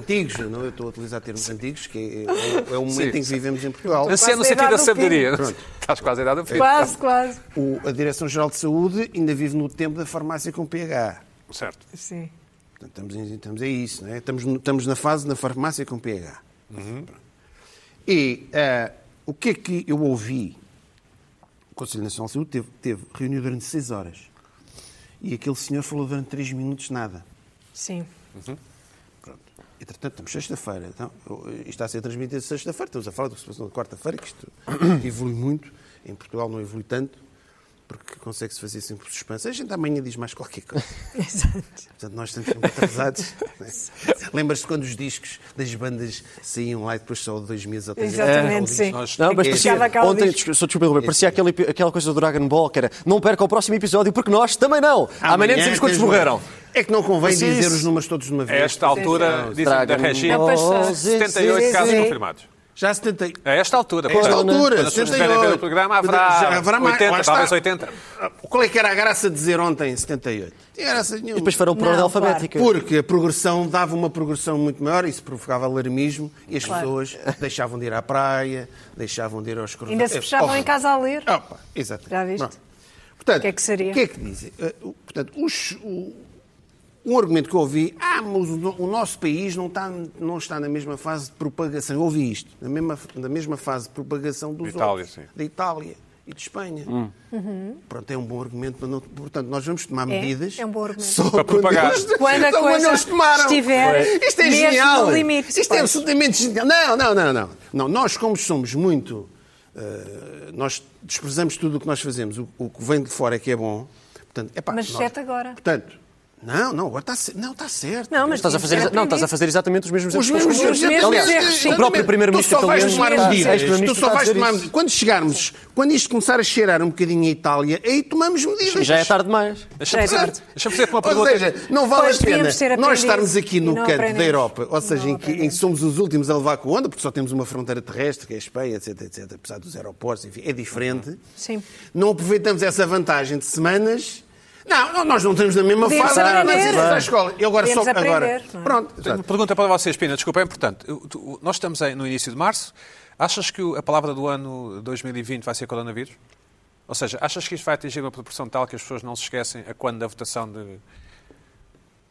Speaker 2: termos antigos, não? Eu estou a utilizar termos antigos, que é, é, o momento
Speaker 1: Sim.
Speaker 2: em que vivemos em Portugal.
Speaker 1: Anciã no
Speaker 3: Quase a
Speaker 1: sentido
Speaker 3: idade
Speaker 1: da
Speaker 3: do
Speaker 1: sabedoria.
Speaker 2: filho.
Speaker 1: Estás quase a um idade do filho.
Speaker 3: Quase, quase.
Speaker 2: O- a Direção-Geral de Saúde ainda vive no tempo da farmácia com PH.
Speaker 1: Certo.
Speaker 3: Sim.
Speaker 2: Portanto, Estamos, em- estamos a isso, não é? Estamos, no- estamos na fase da farmácia com PH. Pronto. E ah, o que é que eu ouvi? O Conselho Nacional de Saúde teve, teve reuniu durante seis horas. E aquele senhor falou durante três minutos nada.
Speaker 3: Sim.
Speaker 2: Pronto. Entretanto, estamos sexta-feira. Então, isto está a ser transmitido sexta-feira. Estamos a falar do que se passou na quarta-feira, que isto evolui muito. Em Portugal não evolui tanto, porque consegue-se fazer sempre por suspense. A gente amanhã diz mais qualquer coisa.
Speaker 3: *laughs* Exato.
Speaker 2: Portanto, nós estamos sempre atrasados. *laughs* né? Lembras-te quando os discos das bandas saíam lá e depois só dois meses ou três meses?
Speaker 3: Exatamente,
Speaker 2: Ou
Speaker 3: sim.
Speaker 2: nós-
Speaker 4: Não, mas
Speaker 2: É,
Speaker 4: parecia,
Speaker 3: Chegava cá o
Speaker 4: ontem,
Speaker 3: disco.
Speaker 4: desculpa, desculpa, Rubem, parecia aquele, aquela coisa do Dragon Ball que era não perca o próximo episódio porque nós também não. Amanhã, não sabemos quantos
Speaker 2: tens-
Speaker 4: morreram.
Speaker 2: É que não convém
Speaker 4: Mas
Speaker 2: dizer
Speaker 4: isso- é
Speaker 2: os números todos de uma
Speaker 1: A
Speaker 2: vez.
Speaker 1: É esta altura, dizem da
Speaker 4: Dragon
Speaker 1: Regina,
Speaker 2: um
Speaker 3: Ball.
Speaker 1: 78
Speaker 3: Sim,
Speaker 1: casos
Speaker 3: sim.
Speaker 1: confirmados.
Speaker 2: Já 70.
Speaker 1: A esta altura,
Speaker 2: A É esta
Speaker 1: portanto,
Speaker 2: altura,
Speaker 1: quando as pessoas estiverem a ver
Speaker 2: 78.
Speaker 1: o programa, haverá,
Speaker 2: Já haverá mais,
Speaker 1: 80,
Speaker 2: lá está.
Speaker 1: talvez 80.
Speaker 2: Qual é que era a graça de dizer ontem 78? Não tinha graça nenhuma.
Speaker 4: Depois foram por
Speaker 3: Não,
Speaker 4: ordem
Speaker 3: claro.
Speaker 4: alfabética.
Speaker 2: Porque a progressão dava uma progressão muito maior, isso provocava alarmismo e as
Speaker 3: Claro.
Speaker 2: pessoas deixavam de ir à praia, deixavam de ir aos corredores.
Speaker 3: Ainda
Speaker 1: É,
Speaker 3: se fechavam em casa a ler.
Speaker 1: Ah.
Speaker 2: Opa, Ah, exatamente.
Speaker 3: Já viste?
Speaker 2: Pronto. Portanto,
Speaker 3: O que é que seria?
Speaker 2: O que é que dizem? Eh, o- Portanto, os- o, um argumento que eu ouvi, ah, mas o, no- o nosso país não está, não está na mesma fase de propagação. Eu ouvi isto, na mesma, na mesma fase de propagação dos
Speaker 1: De Itália,
Speaker 2: outros,
Speaker 1: sim. Hum.
Speaker 2: da Itália e de Espanha. Pronto, é um bom argumento, mas não- portanto, nós vamos tomar medidas
Speaker 3: Uhum. é um bom argumento.
Speaker 2: só
Speaker 1: Para
Speaker 2: quando
Speaker 1: propagar.
Speaker 2: eles-
Speaker 3: Quando a
Speaker 2: só
Speaker 3: coisa
Speaker 2: eles tomaram.
Speaker 3: estiver
Speaker 2: Isto é
Speaker 3: mesmo
Speaker 2: genial.
Speaker 3: no limite.
Speaker 2: Isto é
Speaker 3: Pois.
Speaker 2: absolutamente genial. Não, não, não, não. Não, nós como somos muito... eh, nós desprezamos tudo o que nós fazemos. O, o que vem de fora é que é bom. Portanto, epá,
Speaker 3: Mas
Speaker 2: nós-
Speaker 3: exceto agora.
Speaker 2: Portanto, não, não, agora está, ce- não, está certo.
Speaker 3: Não, mas
Speaker 4: Estás a fazer,
Speaker 3: Era
Speaker 4: não, estás a
Speaker 3: proibido.
Speaker 4: fazer exatamente os
Speaker 2: Os
Speaker 4: mesmos erros que
Speaker 2: mesmos
Speaker 4: os
Speaker 3: erros,
Speaker 4: comunistas.
Speaker 3: exatamente.
Speaker 4: Aliás,
Speaker 3: Sim.
Speaker 4: o próprio
Speaker 2: tu
Speaker 4: primeiro-ministro
Speaker 2: só vais
Speaker 4: italiano é
Speaker 2: tomar
Speaker 3: está-
Speaker 2: medidas.
Speaker 4: ex-primeiro-ministro
Speaker 2: Tu só
Speaker 4: está a
Speaker 2: vais
Speaker 4: dizer
Speaker 2: tomar
Speaker 4: isso.
Speaker 2: medidas. Quando chegarmos, quando isto começar a cheirar um bocadinho a Itália, aí tomamos medidas.
Speaker 4: Já é tarde demais.
Speaker 1: Deixa-me
Speaker 3: Já é
Speaker 1: fazer-
Speaker 3: tarde.
Speaker 1: deixa-me fazer uma
Speaker 2: Ou
Speaker 1: pergunta.
Speaker 2: seja, não vale
Speaker 3: Pois,
Speaker 2: a pena
Speaker 3: devíamos ter aprendido
Speaker 2: nós estarmos aqui
Speaker 3: e
Speaker 2: no
Speaker 3: não
Speaker 2: canto da
Speaker 3: aprendemos.
Speaker 2: Europa, ou seja,
Speaker 3: Não
Speaker 2: em que, em que
Speaker 3: aprendemos.
Speaker 2: somos os últimos a levar com onda, porque só temos uma fronteira terrestre, que é a Espanha, etc, etc, apesar dos aeroportos, enfim, é diferente.
Speaker 3: Sim.
Speaker 2: Não aproveitamos essa vantagem de semanas. Não, não, nós não estamos na mesma
Speaker 3: Podemos
Speaker 2: fase
Speaker 3: aprender.
Speaker 2: nós íamos à escola. E agora só
Speaker 3: Podemos aprender,
Speaker 2: agora.
Speaker 3: não é?
Speaker 2: Pronto.
Speaker 1: Tenho
Speaker 2: exato.
Speaker 1: uma pergunta para vocês, Pina, desculpa, é importante. Eu- tu- Nós estamos aí no início de março. Achas que o- a palavra do ano 2020 vai ser coronavírus? Ou seja, achas que isto vai atingir uma proporção tal que as pessoas não se esquecem a quando da votação de.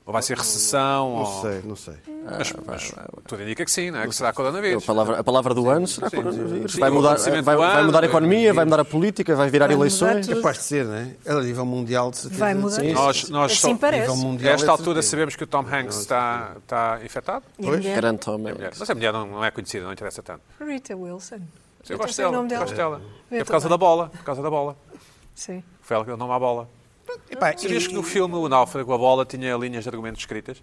Speaker 1: Ou vai ser recessão?
Speaker 2: Não
Speaker 1: ou...
Speaker 2: sei, não sei.
Speaker 1: Mas, mas tudo indica que sim, não é? Que será coronavírus.
Speaker 4: A palavra, a palavra do ano será
Speaker 1: sim,
Speaker 4: coronavírus.
Speaker 1: sim.
Speaker 4: Vai
Speaker 1: O
Speaker 4: mudar,
Speaker 1: acontecimento
Speaker 4: vai,
Speaker 1: do
Speaker 4: vai
Speaker 1: ano,
Speaker 4: mudar a
Speaker 1: vai-
Speaker 4: economia, vai mudar a política, vai virar
Speaker 3: Vai mudar
Speaker 4: eleições.
Speaker 3: tudo.
Speaker 2: Capaz de ser, não é? A nível mundial, de certeza.
Speaker 3: Vai mudar.
Speaker 2: Sim.
Speaker 1: Nós, nós
Speaker 3: Assim
Speaker 1: só-
Speaker 3: parece.
Speaker 2: Nível
Speaker 1: A
Speaker 2: mundial, é
Speaker 1: esta altura
Speaker 2: certeza.
Speaker 1: sabemos que o Tom Hanks está, está infectado.
Speaker 2: Pois.
Speaker 3: E a mulher,
Speaker 4: Garanto, homem.
Speaker 1: Mulher. Mas a mulher não, não é conhecida, não interessa tanto.
Speaker 3: Rita Wilson.
Speaker 1: Eu
Speaker 3: Eu
Speaker 1: gosto
Speaker 3: sei o
Speaker 1: dela.
Speaker 3: nome dela.
Speaker 1: Gosto dela.
Speaker 3: Eu
Speaker 1: É por causa
Speaker 3: também.
Speaker 1: da bola. Por causa da bola.
Speaker 3: Sim.
Speaker 1: Foi ela que deu nome à bola.
Speaker 2: Epá,
Speaker 1: Sabias
Speaker 2: e-
Speaker 1: que no filme O Náufrago a bola tinha linhas de argumentos escritas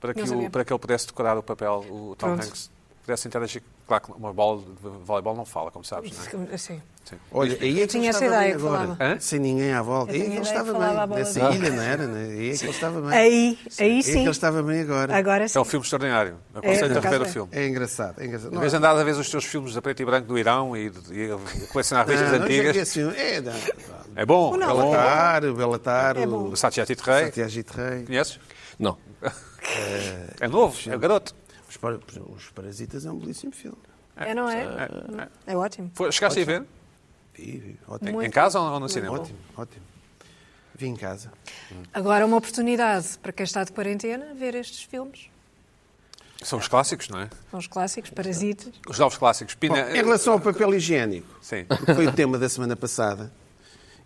Speaker 1: para que,
Speaker 3: Não
Speaker 1: o,
Speaker 3: sabia.
Speaker 1: para que ele pudesse decorar o papel, o Tom
Speaker 3: Pronto.
Speaker 1: Hanks pudesse interagir? Claro que uma bola de voleibol não fala, como sabes, não é?
Speaker 3: Assim.
Speaker 1: Sim.
Speaker 2: Olha, aí é que
Speaker 3: Tinha
Speaker 2: ele
Speaker 3: essa
Speaker 2: estava
Speaker 3: ideia
Speaker 2: bem
Speaker 3: que
Speaker 2: agora.
Speaker 1: falava. Hã?
Speaker 2: Sem ninguém à volta.
Speaker 3: Eu
Speaker 2: Aí é que ele
Speaker 3: tinha ideia que
Speaker 2: estava
Speaker 3: falava à
Speaker 2: bem.
Speaker 3: bola
Speaker 2: Nessa
Speaker 3: dele.
Speaker 2: ilha, não era? né? Aí é que ele estava bem.
Speaker 3: Aí, aí
Speaker 2: É que
Speaker 3: sim.
Speaker 2: ele estava bem agora.
Speaker 3: Agora
Speaker 1: É
Speaker 3: sim.
Speaker 1: um filme extraordinário. Aconselho-te
Speaker 3: por
Speaker 1: a rever
Speaker 3: acaso
Speaker 1: o
Speaker 3: é.
Speaker 1: filme.
Speaker 2: É engraçado, é engraçado.
Speaker 1: Em vez de andares a ver os teus filmes a preto e branco do Irão e, de- e colecionar revistas
Speaker 2: não, não sei o que é
Speaker 1: antigas,
Speaker 2: assim. É, não.
Speaker 1: é bom. É bom.
Speaker 2: Belatar, o Belatar,
Speaker 3: É
Speaker 2: o
Speaker 1: O Satyajit Ray,
Speaker 2: Satyajit Ray.
Speaker 1: conheces?
Speaker 4: Não.
Speaker 1: É novo, é o garoto.
Speaker 2: Os Par- Os Parasitas é um belíssimo filme.
Speaker 3: É, não é? É ótimo.
Speaker 1: Foi- Chegaste a ver?
Speaker 2: Vi, vi.
Speaker 1: Em-
Speaker 2: Ótimo,
Speaker 1: Em casa ou no cinema?
Speaker 2: ótimo, ótimo. Vi em casa.
Speaker 3: Agora uma oportunidade para quem está de quarentena ver estes filmes.
Speaker 1: São os clássicos, não é?
Speaker 3: São os clássicos, Parasitas.
Speaker 1: Os novos clássicos. Pina,
Speaker 2: Bom, em relação ao papel higiênico,
Speaker 1: Sim.
Speaker 2: porque foi o tema da semana passada,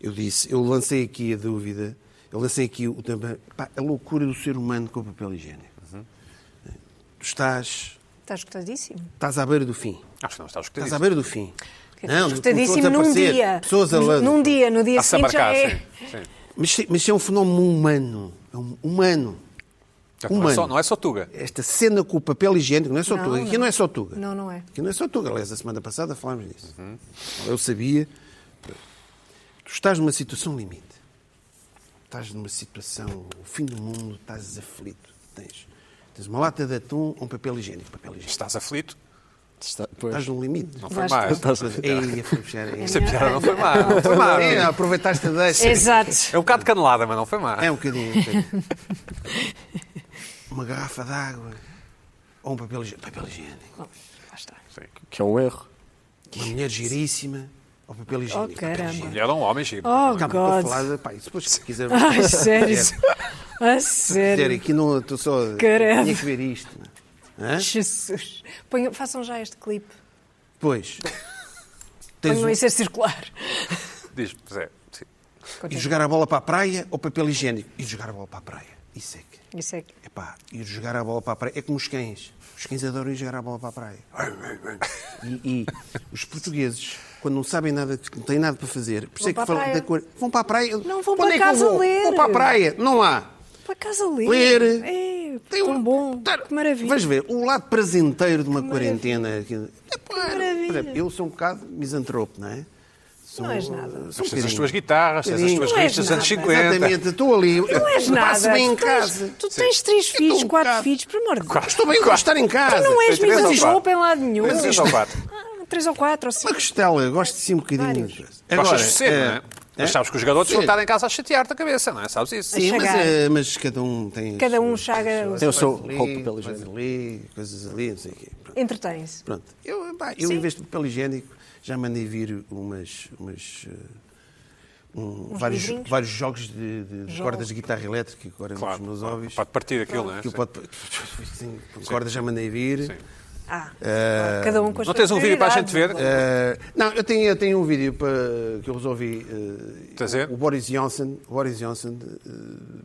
Speaker 2: eu disse, eu lancei aqui a dúvida, eu lancei aqui o tema, pá, a loucura do ser humano com o papel higiênico. Tu estás,
Speaker 3: Está esgotadíssimo.
Speaker 2: estás à beira do fim.
Speaker 1: Acho que não está
Speaker 2: Estás à
Speaker 1: escutadíssimo.
Speaker 2: beira do fim.
Speaker 3: Está
Speaker 2: começou
Speaker 3: esgotadíssimo
Speaker 2: a
Speaker 3: é num
Speaker 2: desaparecer,
Speaker 3: dia.
Speaker 2: Pessoas a
Speaker 3: Num- Num dia, no dia
Speaker 1: A se
Speaker 3: seguinte já é.
Speaker 1: sim. sim.
Speaker 2: Mas, se- mas se é um fenómeno humano. É um humano.
Speaker 1: Portanto, Não é,
Speaker 2: Um Humano.
Speaker 1: só, não é só Tuga.
Speaker 2: Esta cena com o papel higiênico, não é só
Speaker 3: Não,
Speaker 2: Tuga. Aqui
Speaker 3: não.
Speaker 2: não é só Tuga.
Speaker 3: Não, não é.
Speaker 2: Aqui não é só Tuga. Aliás, a semana passada falámos disso. Eu sabia. Tu estás numa situação limite. Estás numa situação, o fim do mundo, estás desaflito. Tens, tens uma lata de atum ou um papel higiênico. Papel higiênico.
Speaker 1: Estás aflito?
Speaker 4: Está- pois.
Speaker 2: Estás no limite.
Speaker 1: Não foi
Speaker 3: Vais
Speaker 1: mais.
Speaker 3: tu.
Speaker 4: Estás a-
Speaker 2: Ei, a fechar
Speaker 3: É
Speaker 2: aí.
Speaker 1: Essa piada não foi má. Não foi má.
Speaker 2: Ei, não, aproveitaste a deixa.
Speaker 3: Exato.
Speaker 1: É um bocado canelada, mas não foi má.
Speaker 2: É um bocadinho. um
Speaker 3: *laughs*
Speaker 2: bocadinho. Uma garrafa de água. Ou um papel, higiê- papel higiênico.
Speaker 3: Bom, lá está.
Speaker 4: Que é um erro.
Speaker 2: Uma mulher giríssima. Ou papel
Speaker 3: Oh,
Speaker 2: higiênico. Papel higiênico.
Speaker 3: caramba.
Speaker 1: Mulher é um homem, Chico.
Speaker 3: Oh,
Speaker 2: Não, estou a
Speaker 3: God.
Speaker 2: falar. de- Pá, e depois
Speaker 3: *laughs*
Speaker 2: se quiser. *laughs*
Speaker 3: Ai, sério. A
Speaker 2: É. Sério,
Speaker 3: sério.
Speaker 2: aqui não. Estou só.
Speaker 3: Caramba.
Speaker 2: Tinha que ver isto. Hã?
Speaker 3: Jesus. Ponham- façam já este clipe. *laughs*
Speaker 2: Pois. Tens
Speaker 3: Ponham
Speaker 2: um-
Speaker 3: isso a circular.
Speaker 1: Diz, pois é. Sim.
Speaker 2: E jogar a bola para a praia ou papel higiênico? E jogar a bola para a praia. Isso é que.
Speaker 3: Isso é que...
Speaker 2: Epá, ir jogar a bola para a praia. É como os cães. Os cães adoram ir jogar a bola para a
Speaker 3: *laughs*
Speaker 2: praia. E, e os portugueses, quando não sabem nada, não têm nada para fazer, por isso
Speaker 3: Vão
Speaker 2: é
Speaker 3: para
Speaker 2: que
Speaker 3: a
Speaker 2: falam
Speaker 3: praia.
Speaker 2: da cor. Vão para a praia.
Speaker 3: Não, vão
Speaker 2: Onde
Speaker 3: para
Speaker 2: é que eu
Speaker 3: casa
Speaker 2: vou?
Speaker 3: ler.
Speaker 2: Vão para a praia. Não há.
Speaker 3: Para casa ler.
Speaker 2: Ler.
Speaker 3: É,
Speaker 2: Tem
Speaker 3: tão
Speaker 2: um-
Speaker 3: bom.
Speaker 2: Tá-
Speaker 3: Que maravilha.
Speaker 2: Vais ver, o lado presenteiro de uma quarentena. aqui- Epá,
Speaker 3: maravilha.
Speaker 2: por exemplo, eu sou um bocado misantropo, não é? Sou,
Speaker 3: Não és nada.
Speaker 1: Mas
Speaker 2: sou um
Speaker 1: tens as
Speaker 2: bocadinho.
Speaker 1: tuas guitarras, tens as
Speaker 2: Sim.
Speaker 1: tuas
Speaker 3: Não é és
Speaker 1: revistas dos anos
Speaker 3: nada.
Speaker 1: 50.
Speaker 2: Exatamente, estou ali.
Speaker 3: Não és
Speaker 2: Passo
Speaker 3: nada.
Speaker 2: bem em
Speaker 3: tu tens-
Speaker 2: casa.
Speaker 3: Tu tens três filhos,
Speaker 2: um
Speaker 3: quatro
Speaker 2: bocado.
Speaker 3: filhos, por amor de Deus.
Speaker 1: Quatro.
Speaker 2: Estou bem a estar em casa.
Speaker 3: Tu não és
Speaker 1: Três ou
Speaker 3: minas de
Speaker 1: quatro.
Speaker 3: roupa em lado nenhum.
Speaker 2: é
Speaker 1: Mas isto ou quatro.
Speaker 3: Ah, três ou quatro, ou
Speaker 2: Uma
Speaker 3: cinco.
Speaker 2: costela, eu gosto de sim um bocadinho.
Speaker 3: Vários.
Speaker 1: Gostas de sossego,
Speaker 2: eh,
Speaker 1: não é?
Speaker 2: eh?
Speaker 1: Mas sabes que os garotos vão
Speaker 2: Sim.
Speaker 1: estar em casa a chatear-te a cabeça, não é? Sabes isso?
Speaker 2: Sim, mas,
Speaker 3: Chagar.
Speaker 2: eh, mas cada um tem. as
Speaker 3: Cada um
Speaker 2: suas-
Speaker 3: chaga
Speaker 2: as
Speaker 3: o
Speaker 2: suas
Speaker 3: seu.
Speaker 4: Eu sou
Speaker 2: coisas
Speaker 4: roupa
Speaker 2: ali,
Speaker 4: pelo
Speaker 2: coisas ali, coisas ali, não sei o quê. Pronto.
Speaker 3: Entretém-se.
Speaker 2: Pronto. Eu, pá, eu em vez de papel higiênico, já mandei vir umas. umas eh, um- vários,
Speaker 3: livrinhos?
Speaker 2: vários jogos de, de- de cordas de guitarra elétrica, agora
Speaker 1: Claro.
Speaker 2: nos meus hobbies.
Speaker 1: Pode partir aquilo, não é?
Speaker 2: que eu
Speaker 1: Sim.
Speaker 2: pode, *laughs* sim, cordas já mandei vir.
Speaker 1: Sim.
Speaker 3: Ah, cada um com as
Speaker 1: Não
Speaker 3: suas
Speaker 1: tens um vídeo para a gente
Speaker 3: prioridades.
Speaker 1: ver?
Speaker 2: Eh, não, eu tenho, eu tenho um vídeo para, que eu resolvi. eh,
Speaker 1: Trazer?
Speaker 2: o Boris Johnson, o Boris Johnson eh,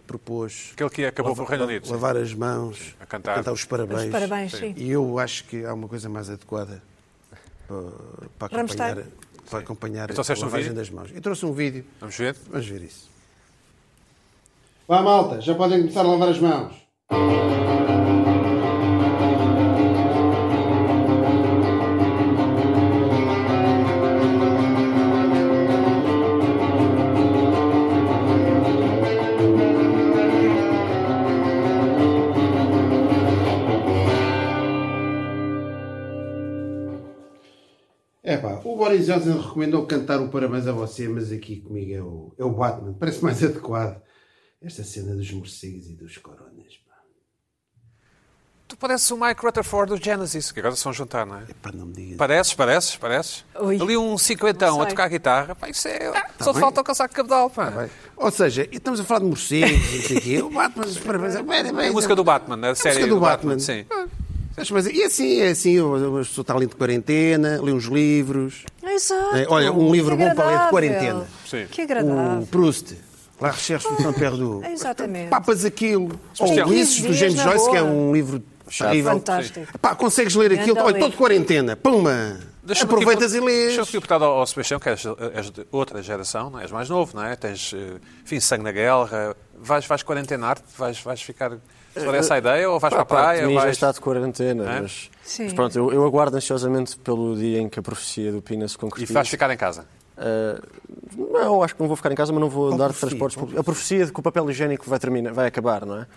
Speaker 2: propôs
Speaker 1: Aquele que acabou com o Reino Unido. sim.
Speaker 2: lavar as mãos,
Speaker 1: A cantar.
Speaker 2: os parabéns.
Speaker 3: Os parabéns, sim.
Speaker 2: E eu acho que há uma coisa mais adequada para, para
Speaker 3: Rammstein.
Speaker 2: acompanhar, para acompanhar
Speaker 1: Então,
Speaker 2: a
Speaker 1: trouxeste um
Speaker 2: lavagem
Speaker 1: vídeo?
Speaker 2: das mãos. Eu trouxe um vídeo.
Speaker 1: Vamos ver?
Speaker 2: Vamos ver isso.
Speaker 6: Vá malta, já podem começar a lavar as mãos.
Speaker 2: É,
Speaker 6: Epá, o Boris Johnson recomendou cantar o parabéns a você, mas aqui comigo é o, é o Batman. Parece mais adequado. Esta cena dos morcegos e dos coronas, pá.
Speaker 1: Tu pareces o Mike Rutherford do Genesis, que agora se vão juntar, não é?
Speaker 2: Epá, não me digas.
Speaker 1: Pareces, pareces, pareces.
Speaker 3: Ui.
Speaker 1: Ali um cinquentão
Speaker 3: Não
Speaker 1: a
Speaker 3: sei. Ah,
Speaker 1: tocar guitarra. Pá, isso é... Só te
Speaker 2: tá bem. Tá
Speaker 1: falta o casaco de cabedal, pá.
Speaker 2: Bem, Ou seja, estamos a falar de morcegos, não sei o quê. O Batman, os parabéns.
Speaker 1: É a música do Batman, né? a série
Speaker 2: música do Batman. Ah.
Speaker 1: Sim.
Speaker 2: Mas, mas, e assim, é assim, o- o- a pessoa está ali de quarentena, lê uns livros.
Speaker 3: Exato.
Speaker 2: É, olha, um livro
Speaker 3: Que
Speaker 2: bom para ler de
Speaker 3: agradável.
Speaker 2: quarentena.
Speaker 1: Sim.
Speaker 3: Que
Speaker 2: O
Speaker 3: agradável.
Speaker 2: Proust, La Recherche do Saint-Pierre do.
Speaker 3: *laughs* Exatamente.
Speaker 2: Papas aquilo.
Speaker 1: Mas
Speaker 2: Ou
Speaker 1: tem-
Speaker 2: Ulisses do
Speaker 3: Dias
Speaker 2: James
Speaker 3: na
Speaker 2: Joyce, que é
Speaker 3: boa.
Speaker 2: um livro terrível.
Speaker 3: Fantástico.
Speaker 2: Pá, consegues ler aquilo,
Speaker 3: Anda
Speaker 2: olha,
Speaker 3: ali.
Speaker 2: estou de quarentena, puma!
Speaker 1: Deixa-me
Speaker 2: Aproveitas
Speaker 1: aqui,
Speaker 2: e lês.
Speaker 1: Deixa-me aqui apertar ao, ao Sebastião, que és, és de outra geração, não é? és mais novo, não é? Tens, eh, enfim, sangue na guerra. Vais, vais quarentenar-te? Vais, vais ficar... Sobre
Speaker 2: Eh,
Speaker 1: essa ideia? Ou vais
Speaker 4: Pá,
Speaker 1: para a praia?
Speaker 4: Para mim já
Speaker 1: vais... É?
Speaker 4: está de quarentena, mas,
Speaker 3: Sim.
Speaker 4: mas pronto, eu, eu aguardo ansiosamente pelo dia em que a profecia do Pina se
Speaker 1: E
Speaker 4: concretize.
Speaker 1: vais ficar em casa?
Speaker 4: Ah, não, acho que não vou ficar em casa, mas não vou andar de
Speaker 2: profecia?
Speaker 4: transportes públicos. A profecia de que o papel higiênico vai, terminar, vai acabar, não é?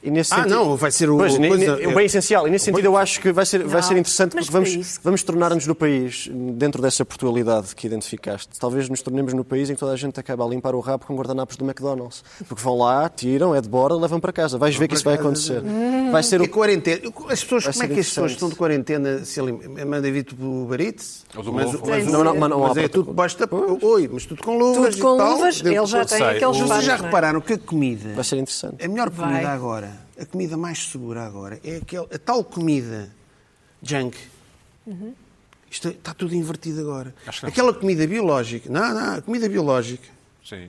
Speaker 4: E nesse
Speaker 2: Ah, não, vai ser o-
Speaker 4: Pois,
Speaker 2: o
Speaker 4: ne-
Speaker 2: coisa-
Speaker 4: ne- o bem essencial. E nesse sentido eu acho que vai ser, vai
Speaker 3: Não,
Speaker 4: ser interessante
Speaker 3: mas
Speaker 4: porque vamos,
Speaker 3: para isso-
Speaker 4: vamos tornar-nos no país, dentro dessa portualidade que identificaste, talvez nos tornemos no país em que toda a gente acaba a limpar o rabo com guardanapos do McDonald's. Porque vão lá, tiram, é de bora, levam para casa. Vais ver que isso vai acontecer. Vai ser
Speaker 2: É
Speaker 4: o...
Speaker 2: quarentena. As pessoas,
Speaker 4: Vai
Speaker 2: como é
Speaker 4: ser
Speaker 2: que as pessoas
Speaker 4: interessante.
Speaker 2: estão de quarentena se alimentam? Manda vir pelo barite?
Speaker 1: Ou do
Speaker 2: mas,
Speaker 1: Glovo.
Speaker 2: mas,
Speaker 3: Não, não,
Speaker 4: mas não há
Speaker 2: mas é
Speaker 4: protocolo.
Speaker 2: tudo basta. Oi, mas tudo com luvas.
Speaker 3: Tudo com
Speaker 2: e tal.
Speaker 3: luvas, ele já
Speaker 1: Sei,
Speaker 3: tem aqueles
Speaker 1: o-
Speaker 2: Vocês
Speaker 3: fatos,
Speaker 2: já
Speaker 3: não é?
Speaker 2: repararam que a comida.
Speaker 4: Vai ser interessante.
Speaker 2: A melhor
Speaker 3: Vai.
Speaker 2: comida agora, a comida mais segura agora, é aquela, a tal comida junk. Isto está tudo invertido agora.
Speaker 1: Uhum. Acho que não.
Speaker 2: Aquela comida biológica, não, não, a comida biológica,
Speaker 1: Sim.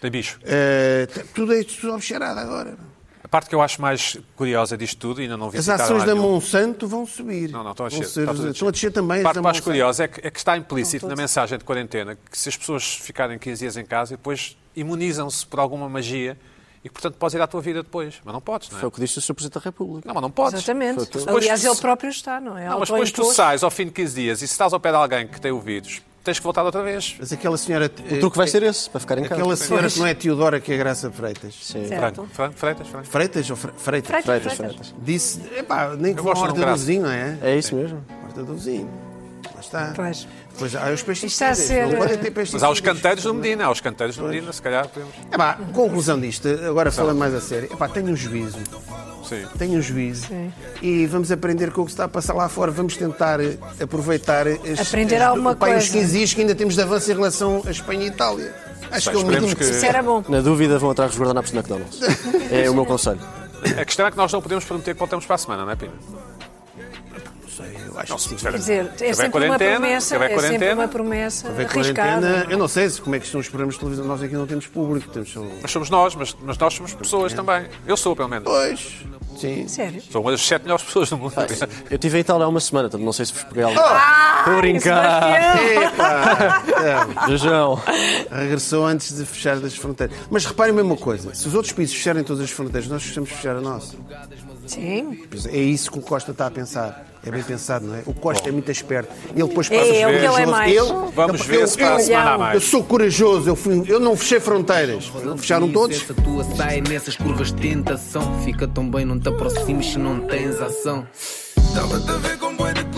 Speaker 1: Tem bicho.
Speaker 2: eh, tá- tudo é tudo obcheirado agora.
Speaker 1: A parte que eu acho mais curiosa disto tudo, ainda não vi
Speaker 2: As
Speaker 1: É citar
Speaker 2: ações
Speaker 1: lá
Speaker 2: da
Speaker 1: nenhum.
Speaker 2: Monsanto vão subir.
Speaker 1: Não, não, estão a
Speaker 2: Vão
Speaker 1: descer.
Speaker 2: ser-
Speaker 1: Está tudo a
Speaker 2: estão a descer também.
Speaker 1: A
Speaker 2: as
Speaker 1: parte
Speaker 2: da
Speaker 1: mais
Speaker 2: Monsanto.
Speaker 1: curiosa é que, é que está implícito na mensagem de quarentena que se as pessoas ficarem 15 dias em casa e depois imunizam-se por alguma magia e, portanto, podes ir à tua vida depois. Mas não podes, não é?
Speaker 4: Foi o que disse o Sr. Presidente da República.
Speaker 1: Não, mas não podes.
Speaker 3: Exatamente.
Speaker 1: Tu depois-
Speaker 3: Aliás, ele próprio está, não é?
Speaker 1: Não, mas depois tu
Speaker 3: Autoimposto.
Speaker 1: sais ao fim de 15 dias e se estás ao pé de alguém que tem o vírus, tens que voltar outra vez.
Speaker 2: Mas aquela senhora. eh,
Speaker 4: O truque
Speaker 2: é
Speaker 4: vai ser esse, para ficar em casa.
Speaker 2: Aquela senhora que não é Teodora, que é Graça Freitas.
Speaker 4: Sim.
Speaker 3: Certo.
Speaker 1: Franco, Franco, Freitas, Franco.
Speaker 2: Freitas ou Fre- Freitas?
Speaker 3: Freitas,
Speaker 4: Freitas,
Speaker 3: Freitas.
Speaker 4: freitas.
Speaker 2: Disse. Epá, nem que
Speaker 1: Eu
Speaker 2: vá à
Speaker 1: gosto de um
Speaker 2: horta do
Speaker 1: graça.
Speaker 2: vizinho, não é?
Speaker 4: É isso mesmo.
Speaker 2: computadorzinho. Lá está.
Speaker 3: Pois.
Speaker 2: Depois há os peixes.
Speaker 3: Está a ser,
Speaker 2: Não podem
Speaker 3: eh,
Speaker 2: ter peixes.
Speaker 1: Mas há os canteiros do Medina, há os canteiros do Medina, se calhar podemos.
Speaker 2: É pá, conclusão disto, agora falando mais a sério. É pá, tenho um juízo.
Speaker 1: Sim.
Speaker 2: Tenho um juízo.
Speaker 3: Sim.
Speaker 2: E vamos aprender com o que se está a passar lá fora. Vamos tentar eh, aproveitar. As,
Speaker 3: Aprender
Speaker 2: as-
Speaker 3: alguma
Speaker 2: pá, os
Speaker 3: coisa.
Speaker 2: 15 dias que ainda temos de avanço em relação à Espanha e Itália. Acho
Speaker 1: Bem,
Speaker 2: que é o
Speaker 1: esperemos
Speaker 2: mínimo.
Speaker 1: que-
Speaker 3: Isso era bom.
Speaker 4: Na dúvida, vão atrás dos guardanapos do McDonald's. É o meu conselho.
Speaker 1: A questão é que nós não podemos prometer que voltamos para a semana, não é, Pina?
Speaker 2: Não sei, eu acho
Speaker 1: Não,
Speaker 2: que
Speaker 1: se
Speaker 2: sim.
Speaker 1: tiver-
Speaker 3: Quer
Speaker 1: se
Speaker 3: dizer, é
Speaker 1: tiver
Speaker 3: sempre uma
Speaker 1: quarentena, se
Speaker 3: promessa,
Speaker 1: tiver
Speaker 3: é sempre
Speaker 1: quarentena,
Speaker 3: uma promessa
Speaker 2: Houver
Speaker 3: arriscada.
Speaker 2: quarentena, eu não sei se como é que estão os programas de televisão. Nós aqui não temos público, temos só.
Speaker 1: Mas somos nós, mas, mas nós somos pessoas também. Eu sou, pelo menos.
Speaker 2: Pois. Sim.
Speaker 3: Sério?
Speaker 1: Sou uma das sete melhores pessoas do mundo.
Speaker 4: Eu estive em Itália há uma semana, portanto não sei se vos peguei algo. Estou a brincar.
Speaker 3: Sebastião!
Speaker 4: Beijão.
Speaker 2: Regressou antes de fechar das fronteiras. Mas reparem a mesma coisa: se os outros países fecharem todas as fronteiras, nós precisamos fechar a nossa.
Speaker 3: Sim.
Speaker 2: Pois É isso que o Costa está a pensar. É bem pensado, não é? O Costa é muito esperto. Ele depois
Speaker 3: É,
Speaker 2: passa
Speaker 3: ele-
Speaker 2: corajoso.
Speaker 3: ele é mais.
Speaker 1: Vamos
Speaker 2: porque
Speaker 1: ver se para a semana há mais.
Speaker 2: Eu sou corajoso, eu, fui- eu não fechei fronteiras. Fecharam todos.
Speaker 7: Essa tua saia nessas curvas de tentação. Fica tão bem, não te aproximes se não tens ação.
Speaker 8: Estava-te a ver com boi de